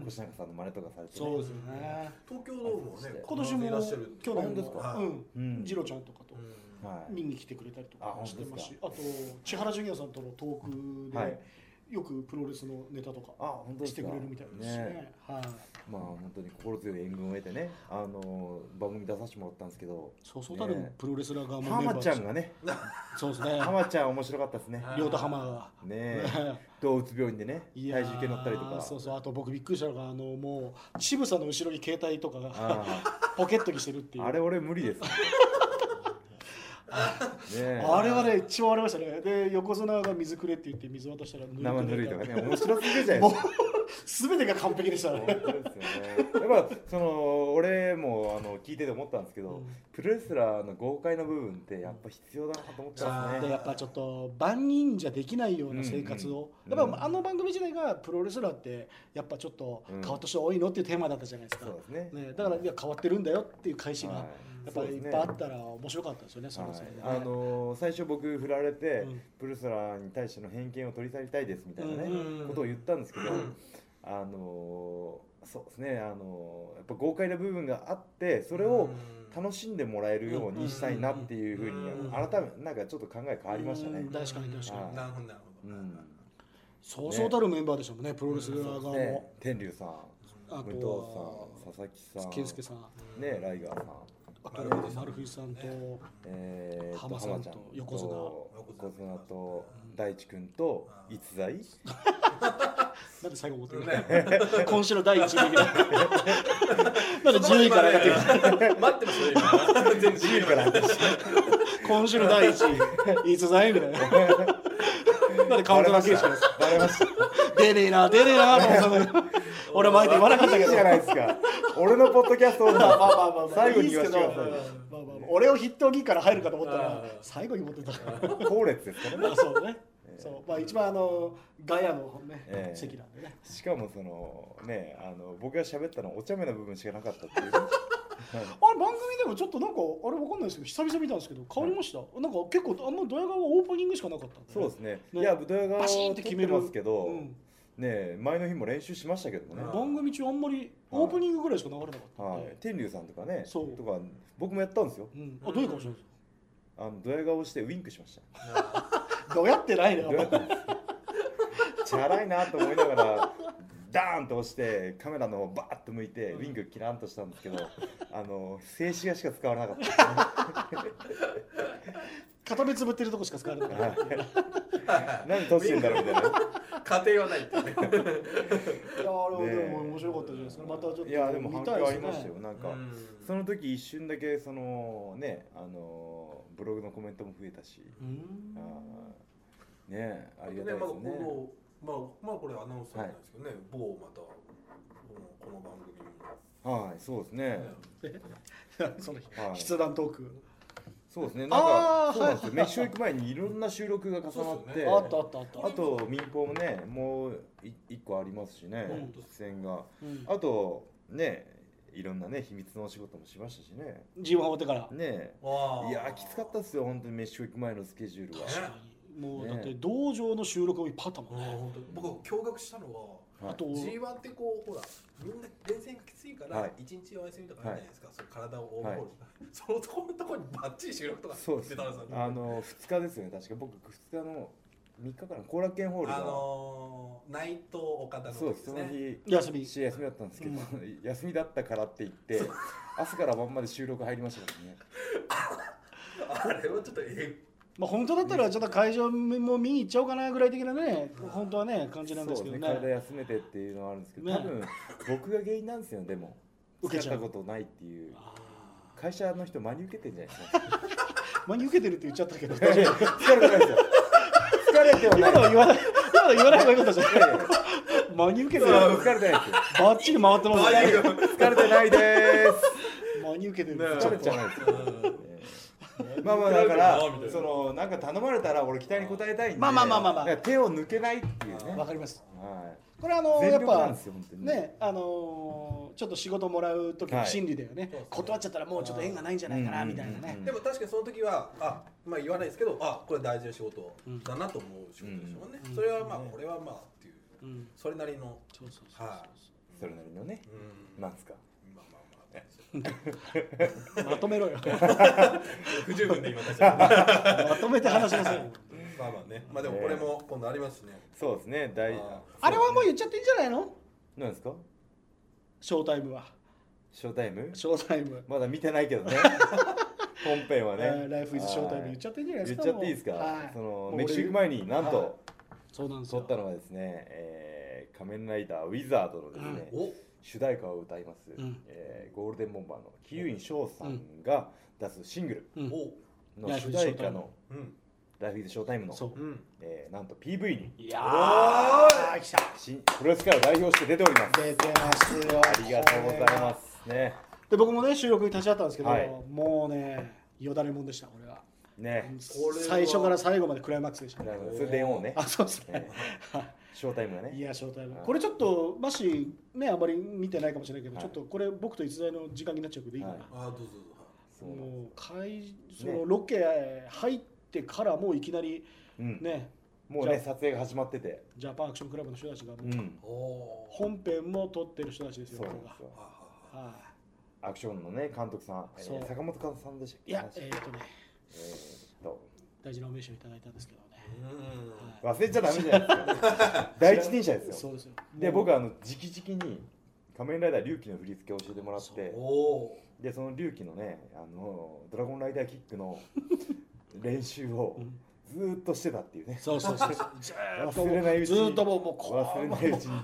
[SPEAKER 2] うん
[SPEAKER 1] 越中さんの真似とかされて、ね、
[SPEAKER 2] そうですよね。
[SPEAKER 3] 東京ドームもね、
[SPEAKER 2] 今年も
[SPEAKER 3] いらっしゃる。
[SPEAKER 2] 去
[SPEAKER 1] あ
[SPEAKER 2] 年
[SPEAKER 1] 本当です
[SPEAKER 2] も
[SPEAKER 1] か
[SPEAKER 2] うん
[SPEAKER 1] うん
[SPEAKER 2] ジロちゃんとかと
[SPEAKER 3] うん
[SPEAKER 1] はい
[SPEAKER 2] 見に来てくれたりと
[SPEAKER 1] あ
[SPEAKER 2] か
[SPEAKER 1] 本
[SPEAKER 2] し
[SPEAKER 1] 当で
[SPEAKER 2] て
[SPEAKER 1] すか
[SPEAKER 2] ますし、あと千原ジュニアさんとのトーク
[SPEAKER 1] はい
[SPEAKER 2] でよくプロレスのネタと
[SPEAKER 1] あ
[SPEAKER 2] か
[SPEAKER 1] 本当です
[SPEAKER 2] し
[SPEAKER 1] か
[SPEAKER 2] てくれるみたいですしね。はい。
[SPEAKER 1] まあ本当に心強い援軍を得てねあの番組出させてもらったんですけど
[SPEAKER 2] そうそうたる
[SPEAKER 1] ね
[SPEAKER 2] プロレスラーがもう
[SPEAKER 1] ハ
[SPEAKER 2] メンバ
[SPEAKER 1] マ
[SPEAKER 2] ー
[SPEAKER 1] ちゃんがね
[SPEAKER 2] そうですね
[SPEAKER 1] ハ。マちゃん面白かったですね
[SPEAKER 2] 両田浜が。
[SPEAKER 1] ねえ動物病院でね
[SPEAKER 2] いや
[SPEAKER 1] 体
[SPEAKER 2] ー
[SPEAKER 1] 重計乗ったりとか
[SPEAKER 2] そうそうあと僕びっくりしたのがあのもうちぶさの後ろに携帯とかが
[SPEAKER 1] あ
[SPEAKER 2] ポケットにしてるってい
[SPEAKER 1] ー
[SPEAKER 2] う
[SPEAKER 1] あれ俺無理 ですねえ
[SPEAKER 2] あれはね、一番ありましたね。で、横綱が水くれって言って水渡したら
[SPEAKER 1] 生ぬるいとかね面白すぎるじゃない
[SPEAKER 2] も
[SPEAKER 1] で
[SPEAKER 2] う
[SPEAKER 1] すか、
[SPEAKER 2] すべてが完璧でした
[SPEAKER 1] 本
[SPEAKER 2] ね。
[SPEAKER 1] 当ですよねやっぱその俺もあの聞いてて思ったんですけど、
[SPEAKER 2] うん
[SPEAKER 1] プロレスラーの豪快な部分ってやっぱ必要だなと思ったんです
[SPEAKER 2] で
[SPEAKER 1] ね。
[SPEAKER 2] やっぱちょっと万人じゃできないような生活を、
[SPEAKER 1] うんうん
[SPEAKER 2] やっぱあの番組自体がプロレスラーってやっぱちょっと
[SPEAKER 1] うん
[SPEAKER 2] 変わった人多いのっていうテーマだったじゃないです
[SPEAKER 1] そ
[SPEAKER 2] か
[SPEAKER 1] う、ですね。
[SPEAKER 2] ね、だからいや変わってるんだよっていう返しが、
[SPEAKER 1] は
[SPEAKER 2] やっぱりいっぱいあったら面白かったですよね、そ
[SPEAKER 1] は
[SPEAKER 2] のそれでね
[SPEAKER 1] い、あのー最初僕振られて、
[SPEAKER 2] うん
[SPEAKER 1] プロレスラーに対しての偏見を取り去りたいですみたいなね、
[SPEAKER 2] うん
[SPEAKER 1] ことを言ったんですけど、
[SPEAKER 3] うん
[SPEAKER 1] あのーそうですねあのーやっぱ豪快な部分があってそれを楽しんでもらえるようにしたいなっていうふう
[SPEAKER 3] うん
[SPEAKER 1] に改めなんかちょっと考え変わりましたね。
[SPEAKER 2] うん確かに確
[SPEAKER 1] かに
[SPEAKER 3] なるほどなるほど。
[SPEAKER 2] そうそうたるメンバーでしたもんね、プロレスラー側も、
[SPEAKER 1] ね、天竜さん、
[SPEAKER 2] あ
[SPEAKER 1] 武藤さん、
[SPEAKER 2] と
[SPEAKER 1] 佐々木さ
[SPEAKER 2] は
[SPEAKER 1] ん、
[SPEAKER 2] 健介さん、
[SPEAKER 1] ねライガーさん、
[SPEAKER 2] あと
[SPEAKER 3] 丸藤さん
[SPEAKER 2] 丸藤さんと、
[SPEAKER 1] えー、
[SPEAKER 2] 浜さん
[SPEAKER 1] 浜
[SPEAKER 2] と横綱
[SPEAKER 1] と横
[SPEAKER 3] 横綱
[SPEAKER 1] 綱と大地君と逸材
[SPEAKER 2] なんで最後持ってく る
[SPEAKER 3] ね、
[SPEAKER 2] 今週の第1位ぐらい。なんで10位から上がってく る
[SPEAKER 3] 待ってますよ今。全
[SPEAKER 1] 自由から
[SPEAKER 2] 今週の第1位、いつだいみたいな。なんでカウントだけでしかないです
[SPEAKER 1] バレました
[SPEAKER 2] 出ねえな、出ねえなと思ったのに俺前で言わなかったけ
[SPEAKER 1] いい
[SPEAKER 2] ど。
[SPEAKER 1] じゃないですか俺のポッドキャストを
[SPEAKER 2] まあまあ まあまあ、
[SPEAKER 1] 最後に言わせて
[SPEAKER 2] いい
[SPEAKER 1] く
[SPEAKER 2] ですけど
[SPEAKER 1] だ
[SPEAKER 2] まあまあまあ俺を筆頭議から入るかと思った
[SPEAKER 3] あ
[SPEAKER 2] ら
[SPEAKER 3] ー、
[SPEAKER 2] 最後に持ってた。
[SPEAKER 1] さい後列ですからね
[SPEAKER 2] まあそうね。そうまあ、一番あのガヤの、ね
[SPEAKER 1] ええ
[SPEAKER 2] 席なんでね。
[SPEAKER 1] しかもそのねあの僕が喋ったのお茶目な部分しかなかった っていうね
[SPEAKER 2] あれ番組でもちょっとなんかあれわかんないですけど久々見たんですけど変わりました、なんか結構あんまドヤ顔はオープニングしかなかったんでね
[SPEAKER 1] そうですね
[SPEAKER 2] ね
[SPEAKER 1] いやドヤ顔
[SPEAKER 2] バシーン
[SPEAKER 1] 撮
[SPEAKER 2] っ
[SPEAKER 1] ってて
[SPEAKER 2] 決める
[SPEAKER 1] ますけど、
[SPEAKER 2] うん
[SPEAKER 1] ね前の日も練習しましたけどもね、
[SPEAKER 3] うん
[SPEAKER 2] 番組中あんまりオープニングぐらいしか流れなかったんで、
[SPEAKER 1] はい、天竜さんとかね
[SPEAKER 2] そう
[SPEAKER 1] とか僕もやったんですよ
[SPEAKER 2] うん、あどういう顔してるんです
[SPEAKER 1] あのドヤ顔してウィンクしました
[SPEAKER 2] かどうやってないの
[SPEAKER 1] どうや
[SPEAKER 2] よ
[SPEAKER 1] ったんですかチャラいなと思いながらダーンと押してカメラの方バーッと向いてウィングキランとしたんですけど、あの静止画しか使われなかったですね
[SPEAKER 2] 片目つぶってるとこしか使われない
[SPEAKER 1] はい何撮ってんだろうみたいな。
[SPEAKER 3] 家庭はないって
[SPEAKER 2] い
[SPEAKER 3] ね
[SPEAKER 2] やあれはでも
[SPEAKER 1] ねえ
[SPEAKER 2] 面白かったじゃないですかまたちょっと
[SPEAKER 1] いやでも反
[SPEAKER 2] 見た
[SPEAKER 1] 響
[SPEAKER 2] いで
[SPEAKER 1] あ
[SPEAKER 2] す
[SPEAKER 1] り
[SPEAKER 2] ね
[SPEAKER 1] ましたよ。なんか、
[SPEAKER 3] うん
[SPEAKER 1] その時一瞬だけそのねあのブログのコメントも増えたし、
[SPEAKER 2] うん
[SPEAKER 1] あーねありがたいですね。
[SPEAKER 3] まあ、まあ、まあ、これアナウンサーじゃないですけどね、某また。このこの番組も。
[SPEAKER 1] はい、そうですね。
[SPEAKER 2] その
[SPEAKER 1] はい、
[SPEAKER 2] 筆談トーク
[SPEAKER 1] そうですね。なん
[SPEAKER 2] あ
[SPEAKER 1] か
[SPEAKER 2] ー
[SPEAKER 1] そうなんですよ。メッシュ行く前にいろんな収録が重なっ
[SPEAKER 3] そうです
[SPEAKER 1] て、
[SPEAKER 3] よね
[SPEAKER 2] あったあったあった
[SPEAKER 1] あと民放もねもうい一個ありますしね
[SPEAKER 2] うん、
[SPEAKER 1] 出演が。
[SPEAKER 2] うん
[SPEAKER 1] あとねいろんなね秘密のお仕事もしましたしね。
[SPEAKER 2] G1 終わってから
[SPEAKER 1] ね
[SPEAKER 3] わあ
[SPEAKER 1] いやーきつかったっすよ本当にメッシュ行く前のスケジュールは。
[SPEAKER 2] 確かにもう
[SPEAKER 1] ね
[SPEAKER 2] だって道場の収録もいっぱいあったもん
[SPEAKER 3] うん
[SPEAKER 2] ね
[SPEAKER 3] 本当に僕驚愕したのは。
[SPEAKER 1] はい
[SPEAKER 2] あと
[SPEAKER 3] G1 ってこうほらみんな連戦がきついか
[SPEAKER 1] は
[SPEAKER 3] ら
[SPEAKER 1] い
[SPEAKER 3] 一日お休みとかあるじゃないですか、その体をオーバーホールした、 そのところのところにバッチリ収録とか
[SPEAKER 1] そうです
[SPEAKER 3] 出たんですよ
[SPEAKER 1] あの2日ですよね確か僕2日の3日かな後楽園ホール
[SPEAKER 3] あ
[SPEAKER 1] の
[SPEAKER 3] のー、内藤岡田の
[SPEAKER 1] そうで
[SPEAKER 3] 時ですす
[SPEAKER 1] そ
[SPEAKER 3] ね
[SPEAKER 1] の日
[SPEAKER 2] 休み
[SPEAKER 1] 試合休みだったんですけど休みだったからって言って朝から晩まで収録入りましたからね
[SPEAKER 3] あれはちょっとえ
[SPEAKER 2] まあ本当だったらちょっと会場も見に行っちゃおうかなぐらい的なね本当はね感じなんですけど
[SPEAKER 1] そう体
[SPEAKER 2] ね
[SPEAKER 1] 休めてっていうのはあるんですけど
[SPEAKER 2] ね
[SPEAKER 1] 多分僕が原因なんですよでも
[SPEAKER 2] 受け
[SPEAKER 1] 受
[SPEAKER 2] ち
[SPEAKER 1] け
[SPEAKER 2] ゃう
[SPEAKER 1] たことないっていう
[SPEAKER 3] あ
[SPEAKER 1] 会社の人真に受けてんじゃないですか
[SPEAKER 2] 間に受けてるって言っちゃったけど
[SPEAKER 1] いやいや疲れてないですよ疲れてはな
[SPEAKER 2] 今
[SPEAKER 1] い
[SPEAKER 2] のは言わない今のは言わない方がよかったじゃ
[SPEAKER 1] いやいや
[SPEAKER 2] ん真に受けてる
[SPEAKER 1] 疲れてないですよ
[SPEAKER 2] バッチリ回ってます
[SPEAKER 3] あいい
[SPEAKER 2] ね
[SPEAKER 3] よ
[SPEAKER 1] 疲れてないです
[SPEAKER 2] 真に受けてるって言っち
[SPEAKER 1] 疲
[SPEAKER 2] ゃっ
[SPEAKER 1] れ
[SPEAKER 2] た
[SPEAKER 1] てないですよ
[SPEAKER 3] うん
[SPEAKER 1] まあまあだから
[SPEAKER 3] みたいな
[SPEAKER 1] そのなんか頼まれたら俺期待に応えたいんで
[SPEAKER 2] まあまあまあまあまあ
[SPEAKER 1] だから手を抜けないっていうね
[SPEAKER 2] わかります
[SPEAKER 1] は
[SPEAKER 2] これあ
[SPEAKER 1] い
[SPEAKER 2] の
[SPEAKER 1] 全
[SPEAKER 2] やっ
[SPEAKER 1] 力なん
[SPEAKER 2] ぱ
[SPEAKER 1] ですよ本当に
[SPEAKER 2] ねあのーちょっと仕事もらう時の心理だよね、
[SPEAKER 3] はい
[SPEAKER 2] 断っちゃったらもうちょっと縁がないんじゃないかなみたいなね、
[SPEAKER 1] うん
[SPEAKER 3] でも確かにその時はあまあ言わないですけどあこれ大事な仕事だなと思う仕事でしたもんね、
[SPEAKER 2] うん
[SPEAKER 3] それはまあ
[SPEAKER 1] うん
[SPEAKER 3] これはまあっていう
[SPEAKER 2] うん
[SPEAKER 3] それなりの
[SPEAKER 2] そうそうそう
[SPEAKER 3] は
[SPEAKER 1] それなりのね
[SPEAKER 3] うん
[SPEAKER 1] なんですか
[SPEAKER 3] まあまあま
[SPEAKER 2] そうまとめ ろよ
[SPEAKER 3] あ 不十分で今出しちゃった
[SPEAKER 2] まとめて話しなさいよ
[SPEAKER 3] まあまあねまあでもこれも今度ありますしね
[SPEAKER 1] そうですね大
[SPEAKER 3] あー
[SPEAKER 2] あれはもう
[SPEAKER 1] う
[SPEAKER 2] 言っちゃっていいんじゃないの
[SPEAKER 1] なんですか
[SPEAKER 2] ショータイムは
[SPEAKER 1] ショータイム
[SPEAKER 2] ショータイム、
[SPEAKER 1] まだ見てないけど ね本編は
[SPEAKER 2] え
[SPEAKER 1] ね
[SPEAKER 2] ーライフイズショータイ
[SPEAKER 1] は
[SPEAKER 2] ム
[SPEAKER 1] い
[SPEAKER 2] 言っちゃっていいんじゃない
[SPEAKER 1] 言
[SPEAKER 2] です
[SPEAKER 1] っ
[SPEAKER 2] か
[SPEAKER 1] ちゃっていいです
[SPEAKER 2] もうは
[SPEAKER 1] か
[SPEAKER 2] い
[SPEAKER 1] そ
[SPEAKER 2] も
[SPEAKER 1] の
[SPEAKER 2] う
[SPEAKER 1] メキシコ行く前
[SPEAKER 2] 俺
[SPEAKER 1] になん
[SPEAKER 3] はい
[SPEAKER 1] と
[SPEAKER 2] そうなんです
[SPEAKER 1] 撮
[SPEAKER 2] よ
[SPEAKER 1] ったのはですねえー仮面ライダーウィザードのですね
[SPEAKER 3] お
[SPEAKER 1] 主題歌を歌います、
[SPEAKER 2] うん
[SPEAKER 1] えーゴールデンボンバーのキユイン翔さんが出すシングル
[SPEAKER 2] うん
[SPEAKER 3] お
[SPEAKER 1] の
[SPEAKER 2] ライフ
[SPEAKER 1] 主
[SPEAKER 2] イズショ
[SPEAKER 1] 題歌
[SPEAKER 2] ータイム
[SPEAKER 1] の
[SPEAKER 3] うん
[SPEAKER 1] 「ライフイズショータイムの
[SPEAKER 2] そ
[SPEAKER 3] うん
[SPEAKER 1] えーなんと PV に
[SPEAKER 2] ういや
[SPEAKER 3] お
[SPEAKER 2] ー来た
[SPEAKER 1] 新プロレスから代表して出ております
[SPEAKER 2] 出てますよ
[SPEAKER 1] ありがとうございますね
[SPEAKER 2] で僕もね収録に立ち会ったんですけど、
[SPEAKER 1] はい
[SPEAKER 2] もうねよだれもんでした俺は
[SPEAKER 1] ね
[SPEAKER 3] これは
[SPEAKER 2] 最初から最後までクライマックスでした
[SPEAKER 1] ライブそれで電王ね
[SPEAKER 2] あそうですね
[SPEAKER 1] ねショータイムが
[SPEAKER 2] い
[SPEAKER 1] ね
[SPEAKER 2] やショータイム
[SPEAKER 1] はい
[SPEAKER 2] これちょっともしねあまり見てないかもしれないけど、
[SPEAKER 1] はい
[SPEAKER 2] ちょっとこれ僕と逸材の時間になっちゃうけどいいかな、
[SPEAKER 1] はい
[SPEAKER 3] あどうぞどうぞ
[SPEAKER 1] そうなんです
[SPEAKER 2] もう会そのロケ入ってからもういきなり
[SPEAKER 1] うん
[SPEAKER 2] ね
[SPEAKER 1] もうね
[SPEAKER 2] じ
[SPEAKER 1] 撮影が始まってて
[SPEAKER 2] ジャパンアクションクラブの人たちがもう
[SPEAKER 1] うん
[SPEAKER 3] おお
[SPEAKER 2] 本編も撮ってる人たちですよ
[SPEAKER 1] そうな
[SPEAKER 2] こ
[SPEAKER 1] ん
[SPEAKER 2] こ
[SPEAKER 1] ですよ
[SPEAKER 3] は
[SPEAKER 2] が
[SPEAKER 3] は
[SPEAKER 2] は
[SPEAKER 1] アクションのね監督さんえー
[SPEAKER 2] そう
[SPEAKER 1] 坂本さんでしたっ
[SPEAKER 2] い
[SPEAKER 1] け
[SPEAKER 2] いやえ
[SPEAKER 1] え
[SPEAKER 2] っ、とね
[SPEAKER 1] ーっと
[SPEAKER 2] 大事なお名刺をいただいたんですけどね、
[SPEAKER 3] うん
[SPEAKER 1] 忘れちゃダメじゃないです か第一人者です
[SPEAKER 2] そ
[SPEAKER 1] よ
[SPEAKER 2] うですよ
[SPEAKER 1] で
[SPEAKER 2] もう
[SPEAKER 1] 僕はあの直々に仮面ライダー龍騎の振り付けを教えてもらっ
[SPEAKER 2] そう
[SPEAKER 1] て
[SPEAKER 3] おお
[SPEAKER 1] でその龍騎のねあのドラゴンライダーキック の練習を
[SPEAKER 2] うん
[SPEAKER 1] ずーっとしてたっていうね
[SPEAKER 2] そうそうそう そうずーっと
[SPEAKER 1] 忘
[SPEAKER 2] も
[SPEAKER 1] れないううち
[SPEAKER 2] ず
[SPEAKER 1] に
[SPEAKER 2] ーっともうもうこ
[SPEAKER 1] 忘れないうちに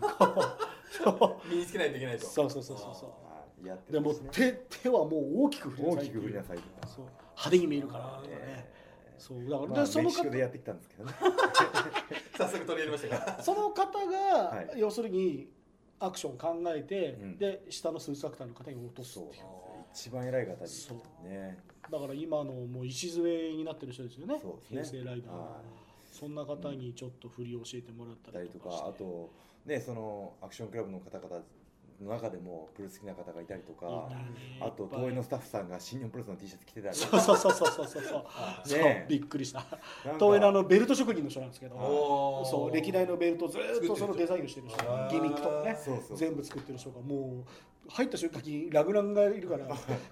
[SPEAKER 3] 身につけないといけないと
[SPEAKER 2] そうそうそうそうそう
[SPEAKER 1] はいやって
[SPEAKER 2] で
[SPEAKER 1] るん
[SPEAKER 2] も
[SPEAKER 1] で
[SPEAKER 2] う
[SPEAKER 1] すね
[SPEAKER 2] 手手はもう大きく振りな
[SPEAKER 1] 大
[SPEAKER 2] さい
[SPEAKER 1] き
[SPEAKER 2] ってい
[SPEAKER 1] く
[SPEAKER 2] う
[SPEAKER 1] 振りなさい
[SPEAKER 2] そう派手に見えるからとかね
[SPEAKER 1] え
[SPEAKER 2] そうだか
[SPEAKER 1] ー
[SPEAKER 2] ら、
[SPEAKER 1] まあ
[SPEAKER 2] でその
[SPEAKER 1] メキ
[SPEAKER 2] 方
[SPEAKER 1] シコでやってきたんですけどね
[SPEAKER 3] 早速取り入れましたが
[SPEAKER 2] その方が、
[SPEAKER 1] はい
[SPEAKER 2] 要するにアクションを考えて、
[SPEAKER 1] うん
[SPEAKER 2] で下のスーツアクターの方に落とす
[SPEAKER 1] そう
[SPEAKER 2] っ
[SPEAKER 1] なんで
[SPEAKER 2] て
[SPEAKER 1] す
[SPEAKER 2] い
[SPEAKER 1] よ一番偉い方
[SPEAKER 2] そう
[SPEAKER 1] にね
[SPEAKER 2] うだから今のもう礎になってる人ですよね
[SPEAKER 1] そうで
[SPEAKER 2] 平
[SPEAKER 1] す
[SPEAKER 2] 成
[SPEAKER 1] ね
[SPEAKER 2] ライダーの、
[SPEAKER 1] はい
[SPEAKER 2] そんな方にちょっと振りを教えてもらっ
[SPEAKER 1] だ
[SPEAKER 2] た
[SPEAKER 1] り
[SPEAKER 2] り
[SPEAKER 1] と
[SPEAKER 2] と
[SPEAKER 1] か
[SPEAKER 2] かして
[SPEAKER 1] あとねそのアクションクラブの方々の中でもプロレス好きな方がいたりとかあと東
[SPEAKER 2] 遠い
[SPEAKER 1] 映
[SPEAKER 2] の
[SPEAKER 1] のスタッフさんが新日本プロレスの T シャツ着てた りと
[SPEAKER 2] そう
[SPEAKER 1] か
[SPEAKER 2] そうそうそう そうそうそう
[SPEAKER 3] はい
[SPEAKER 1] ね
[SPEAKER 2] びっくりした
[SPEAKER 1] なんか
[SPEAKER 2] 東映のあのベルト職人の人なんですけど
[SPEAKER 3] おお
[SPEAKER 2] そう歴代のベルトをずーっとそのデザインをしてる人
[SPEAKER 3] あー
[SPEAKER 2] ギミックとかね
[SPEAKER 1] そうそう
[SPEAKER 2] 全部作ってる人がもう入った瞬間にラグランがいるから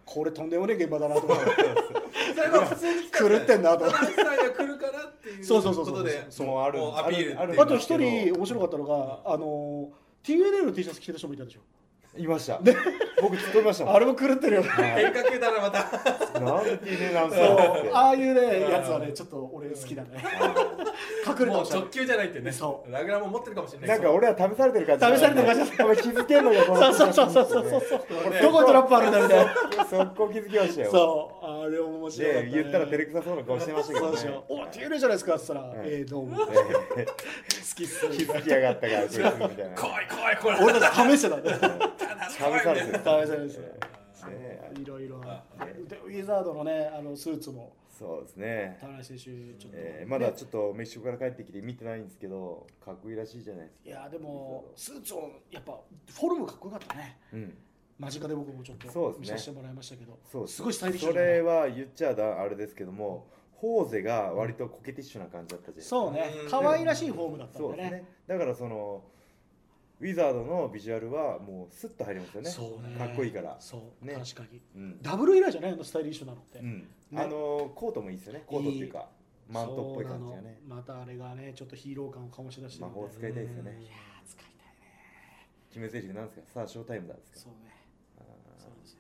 [SPEAKER 2] これとんでもねえ現場だなと思って
[SPEAKER 3] それは普通に来
[SPEAKER 2] 狂ってんなと
[SPEAKER 3] 実際は来るからっていう
[SPEAKER 2] そうそうそう
[SPEAKER 3] ことで
[SPEAKER 1] そうある
[SPEAKER 3] もうアピール
[SPEAKER 1] ある
[SPEAKER 3] っていう
[SPEAKER 2] あと
[SPEAKER 1] です
[SPEAKER 2] 一
[SPEAKER 1] けど
[SPEAKER 2] 人面白かったのが、あのー TNA の T シャツ着てた人もいたでしょ
[SPEAKER 1] いま した僕突っ込みましたもん
[SPEAKER 2] あれも狂ってるよね
[SPEAKER 1] はい
[SPEAKER 3] 変化球だなまた
[SPEAKER 1] なんで TNA なんす
[SPEAKER 2] そ
[SPEAKER 1] か
[SPEAKER 2] うああいうね
[SPEAKER 3] うん
[SPEAKER 2] やつはねちょっと俺好きだね隠れて
[SPEAKER 3] もう
[SPEAKER 2] ました
[SPEAKER 3] 直球じゃないってね
[SPEAKER 2] そ
[SPEAKER 3] ラグランも持ってるかもしれない
[SPEAKER 1] なんか俺ら試されてる感じ
[SPEAKER 2] 試されてる感じだった
[SPEAKER 1] お前気づけんのよこ
[SPEAKER 2] そうそうそうそうそうそう
[SPEAKER 3] ね
[SPEAKER 2] どこにトラップあるんだみたいな
[SPEAKER 1] 速攻気づきましたよ
[SPEAKER 2] そうあれ面白い、
[SPEAKER 1] で言ったら照れ
[SPEAKER 2] ビ
[SPEAKER 1] くさそうな顔してましたけ
[SPEAKER 2] そ
[SPEAKER 1] ど
[SPEAKER 2] う
[SPEAKER 1] ね
[SPEAKER 2] でしょお TNA じゃないですかって言ったら、
[SPEAKER 1] はい
[SPEAKER 2] ええー、どう も好
[SPEAKER 1] え
[SPEAKER 2] きっす
[SPEAKER 1] え気づきやがったからこいつみたいな
[SPEAKER 3] 来い来いこれ
[SPEAKER 2] 俺たち試してたんだよ
[SPEAKER 1] 試
[SPEAKER 3] 試
[SPEAKER 1] されてる
[SPEAKER 2] 試されてる
[SPEAKER 1] ええ
[SPEAKER 2] いろいろ
[SPEAKER 3] あ
[SPEAKER 2] でウィザードのねあのスーツも
[SPEAKER 1] そうですね
[SPEAKER 2] 田中選手ちょっと、
[SPEAKER 1] えーまだちょっとメキシコから帰ってきて見てないんですけどかっこいいらしいじゃないですか
[SPEAKER 2] いやでもスーツをやっぱフォルムかっこよかったね
[SPEAKER 1] うん
[SPEAKER 2] 間近で僕もちょっ
[SPEAKER 1] そう
[SPEAKER 2] と
[SPEAKER 1] ですね
[SPEAKER 2] 見させてもらいましたけど
[SPEAKER 1] そうです
[SPEAKER 2] すごいスタイリッシ
[SPEAKER 1] そ
[SPEAKER 2] ュだ
[SPEAKER 1] れ
[SPEAKER 2] ね
[SPEAKER 1] は言っちゃだあれですけどもホーゼが割とコケティッシュな感じだったじゃないですか
[SPEAKER 2] そうね
[SPEAKER 3] うん
[SPEAKER 2] 可愛らしいフォームだったん
[SPEAKER 1] そう
[SPEAKER 2] だ
[SPEAKER 1] です
[SPEAKER 2] ね
[SPEAKER 1] ねだからそのウィザードのビジュアルはもうスッと入りますよね
[SPEAKER 2] そうね
[SPEAKER 1] かっこいいから
[SPEAKER 2] そう、
[SPEAKER 1] ね
[SPEAKER 2] 確かに
[SPEAKER 1] うん、
[SPEAKER 2] ダブル以来じゃないのスタイリッシュなのって、
[SPEAKER 1] うんあのコートもいいですよねコートっていうかマントっぽい感じがね
[SPEAKER 2] そうなのまたあれがねちょっとヒーロー感を醸し出して
[SPEAKER 1] 魔法使
[SPEAKER 2] い
[SPEAKER 1] いたいですよ
[SPEAKER 3] うん
[SPEAKER 1] ね
[SPEAKER 2] やー使いたいね
[SPEAKER 1] 決め台詞なんですかさあショータイムだです
[SPEAKER 2] そ
[SPEAKER 1] か
[SPEAKER 2] うね
[SPEAKER 1] あ
[SPEAKER 2] そう
[SPEAKER 1] ー
[SPEAKER 2] ですよ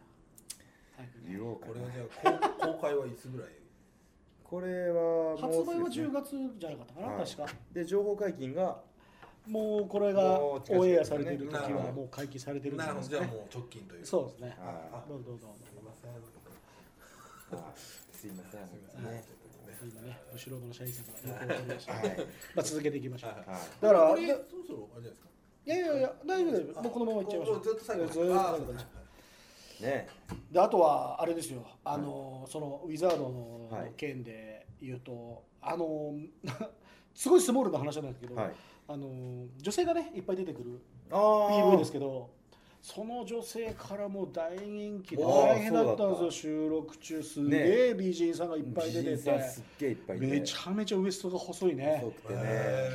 [SPEAKER 2] 早くね
[SPEAKER 1] 言おうか
[SPEAKER 3] これは
[SPEAKER 1] な
[SPEAKER 3] じゃあ公公開はいつぐらい
[SPEAKER 1] これはも
[SPEAKER 2] 発
[SPEAKER 1] うす
[SPEAKER 2] 売
[SPEAKER 1] ぐ
[SPEAKER 2] は
[SPEAKER 1] ですね
[SPEAKER 2] 10月じゃなかったかな、
[SPEAKER 1] はい
[SPEAKER 2] 確か
[SPEAKER 1] で情報解禁が
[SPEAKER 2] もうこれが
[SPEAKER 1] も
[SPEAKER 2] オ
[SPEAKER 1] う近々
[SPEAKER 2] ンエアされている時
[SPEAKER 3] なるほ
[SPEAKER 2] は
[SPEAKER 3] ど
[SPEAKER 2] もう解禁されてるん
[SPEAKER 3] なるほどじゃあ
[SPEAKER 2] ね
[SPEAKER 3] もう直近とい う
[SPEAKER 2] そうですね
[SPEAKER 1] は
[SPEAKER 2] どうぞどうぞ
[SPEAKER 3] すいません
[SPEAKER 1] はいすいません
[SPEAKER 3] すいません
[SPEAKER 1] ね
[SPEAKER 2] 今ねブシロードの社員さんがよくわかりまし た、
[SPEAKER 1] はい
[SPEAKER 2] まあ続けていきましょう
[SPEAKER 3] はい
[SPEAKER 1] はい
[SPEAKER 2] だから
[SPEAKER 3] これ
[SPEAKER 2] だ
[SPEAKER 3] そろそろあれじゃないですか
[SPEAKER 2] いやいやいや大丈夫大丈夫もうこのままいっちゃいましょう
[SPEAKER 3] ずっと最後
[SPEAKER 2] ずっと最後まで
[SPEAKER 1] ね
[SPEAKER 2] であとはあれですよあの、そのウィザードの
[SPEAKER 1] はい
[SPEAKER 2] 件で言うと、あの すごいスモールな話なんですけど、
[SPEAKER 1] はい
[SPEAKER 2] あの女性がねいっぱい出てくる
[SPEAKER 1] ああ
[SPEAKER 2] PV ですけどその女性からも大人気で
[SPEAKER 1] あー
[SPEAKER 2] 大変だったん
[SPEAKER 1] そう
[SPEAKER 2] です
[SPEAKER 1] だ
[SPEAKER 2] よ
[SPEAKER 1] った
[SPEAKER 2] 収録中すげえ美人さんがいっぱい出て
[SPEAKER 1] 美人
[SPEAKER 2] て、
[SPEAKER 1] さんすっげえいっぱいいて
[SPEAKER 2] めちゃめちゃウエストが細いね
[SPEAKER 1] 細くて
[SPEAKER 3] へ
[SPEAKER 1] ね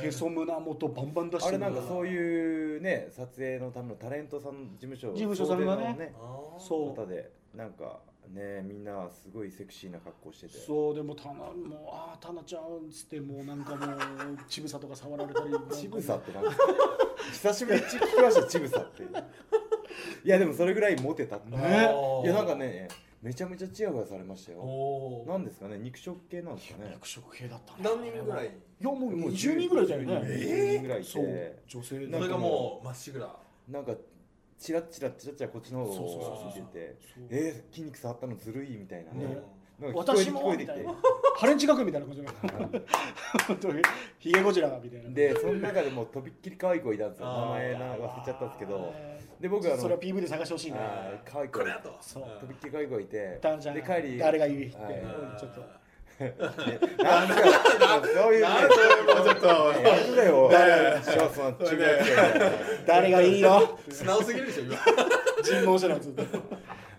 [SPEAKER 3] ー
[SPEAKER 2] へそ胸元バンバン出し
[SPEAKER 1] あ
[SPEAKER 2] て
[SPEAKER 1] れ
[SPEAKER 2] る
[SPEAKER 1] なんかそう
[SPEAKER 2] う
[SPEAKER 1] いうね撮影のためのタレントさんの事務所
[SPEAKER 2] 事務所さんがね
[SPEAKER 1] 総出の
[SPEAKER 2] そう
[SPEAKER 1] 方でなんかねみんなすごいセクシーな格好してて
[SPEAKER 2] そうでもたなもうああタナちゃんっつってもうなんかもうちぶさとか触られたり
[SPEAKER 1] ちぶさってなんか久しぶりに聞きましたちぶさっていやでもそれぐらいモテたって、
[SPEAKER 2] ね
[SPEAKER 1] いやなんかねめちゃめちゃチヤホヤされましたよ
[SPEAKER 3] お
[SPEAKER 1] なんですかね肉食系なんですかね
[SPEAKER 2] 肉食系だったね
[SPEAKER 3] 何人ぐらい
[SPEAKER 2] いやもう20人ぐらいだよね
[SPEAKER 1] 20人ぐらいい
[SPEAKER 2] そう
[SPEAKER 1] て
[SPEAKER 2] 女性
[SPEAKER 1] な
[SPEAKER 3] そ
[SPEAKER 1] ん
[SPEAKER 3] れ
[SPEAKER 1] か
[SPEAKER 3] が
[SPEAKER 1] も
[SPEAKER 3] もうまっしぐら
[SPEAKER 1] なんかチラッチラッチラッチラこっちの方を見てて
[SPEAKER 2] そう
[SPEAKER 1] えー、筋肉触ったのずるいみたいな、
[SPEAKER 2] ね
[SPEAKER 1] なんか聞こえて
[SPEAKER 2] 私
[SPEAKER 1] 聞
[SPEAKER 2] も
[SPEAKER 1] こえ
[SPEAKER 2] み
[SPEAKER 1] てき
[SPEAKER 2] たい
[SPEAKER 1] て
[SPEAKER 2] なハレンチ学みたいな感じな 本当にヒゲゴジラみたいな
[SPEAKER 1] でその中でもうとびっきり可愛い子いたんですよ
[SPEAKER 3] あー
[SPEAKER 1] 名前な忘れちゃったんですけどで僕
[SPEAKER 2] 僕
[SPEAKER 1] は
[SPEAKER 2] は
[SPEAKER 1] あの
[SPEAKER 2] それは PV で探してほしいね
[SPEAKER 1] あー可愛い子
[SPEAKER 3] こ
[SPEAKER 1] が
[SPEAKER 3] れだと
[SPEAKER 2] そう
[SPEAKER 1] とびっきり可愛い子がいて
[SPEAKER 2] ダンちゃん
[SPEAKER 1] で帰り
[SPEAKER 2] 誰がいいって
[SPEAKER 1] はい
[SPEAKER 2] うんちょっと
[SPEAKER 1] でなんだよそういうね
[SPEAKER 3] もうちょっと
[SPEAKER 1] なんだよショーツの中学生
[SPEAKER 2] 誰がいいよ
[SPEAKER 3] 素直すぎるでしょ今
[SPEAKER 2] 尋問してないずっと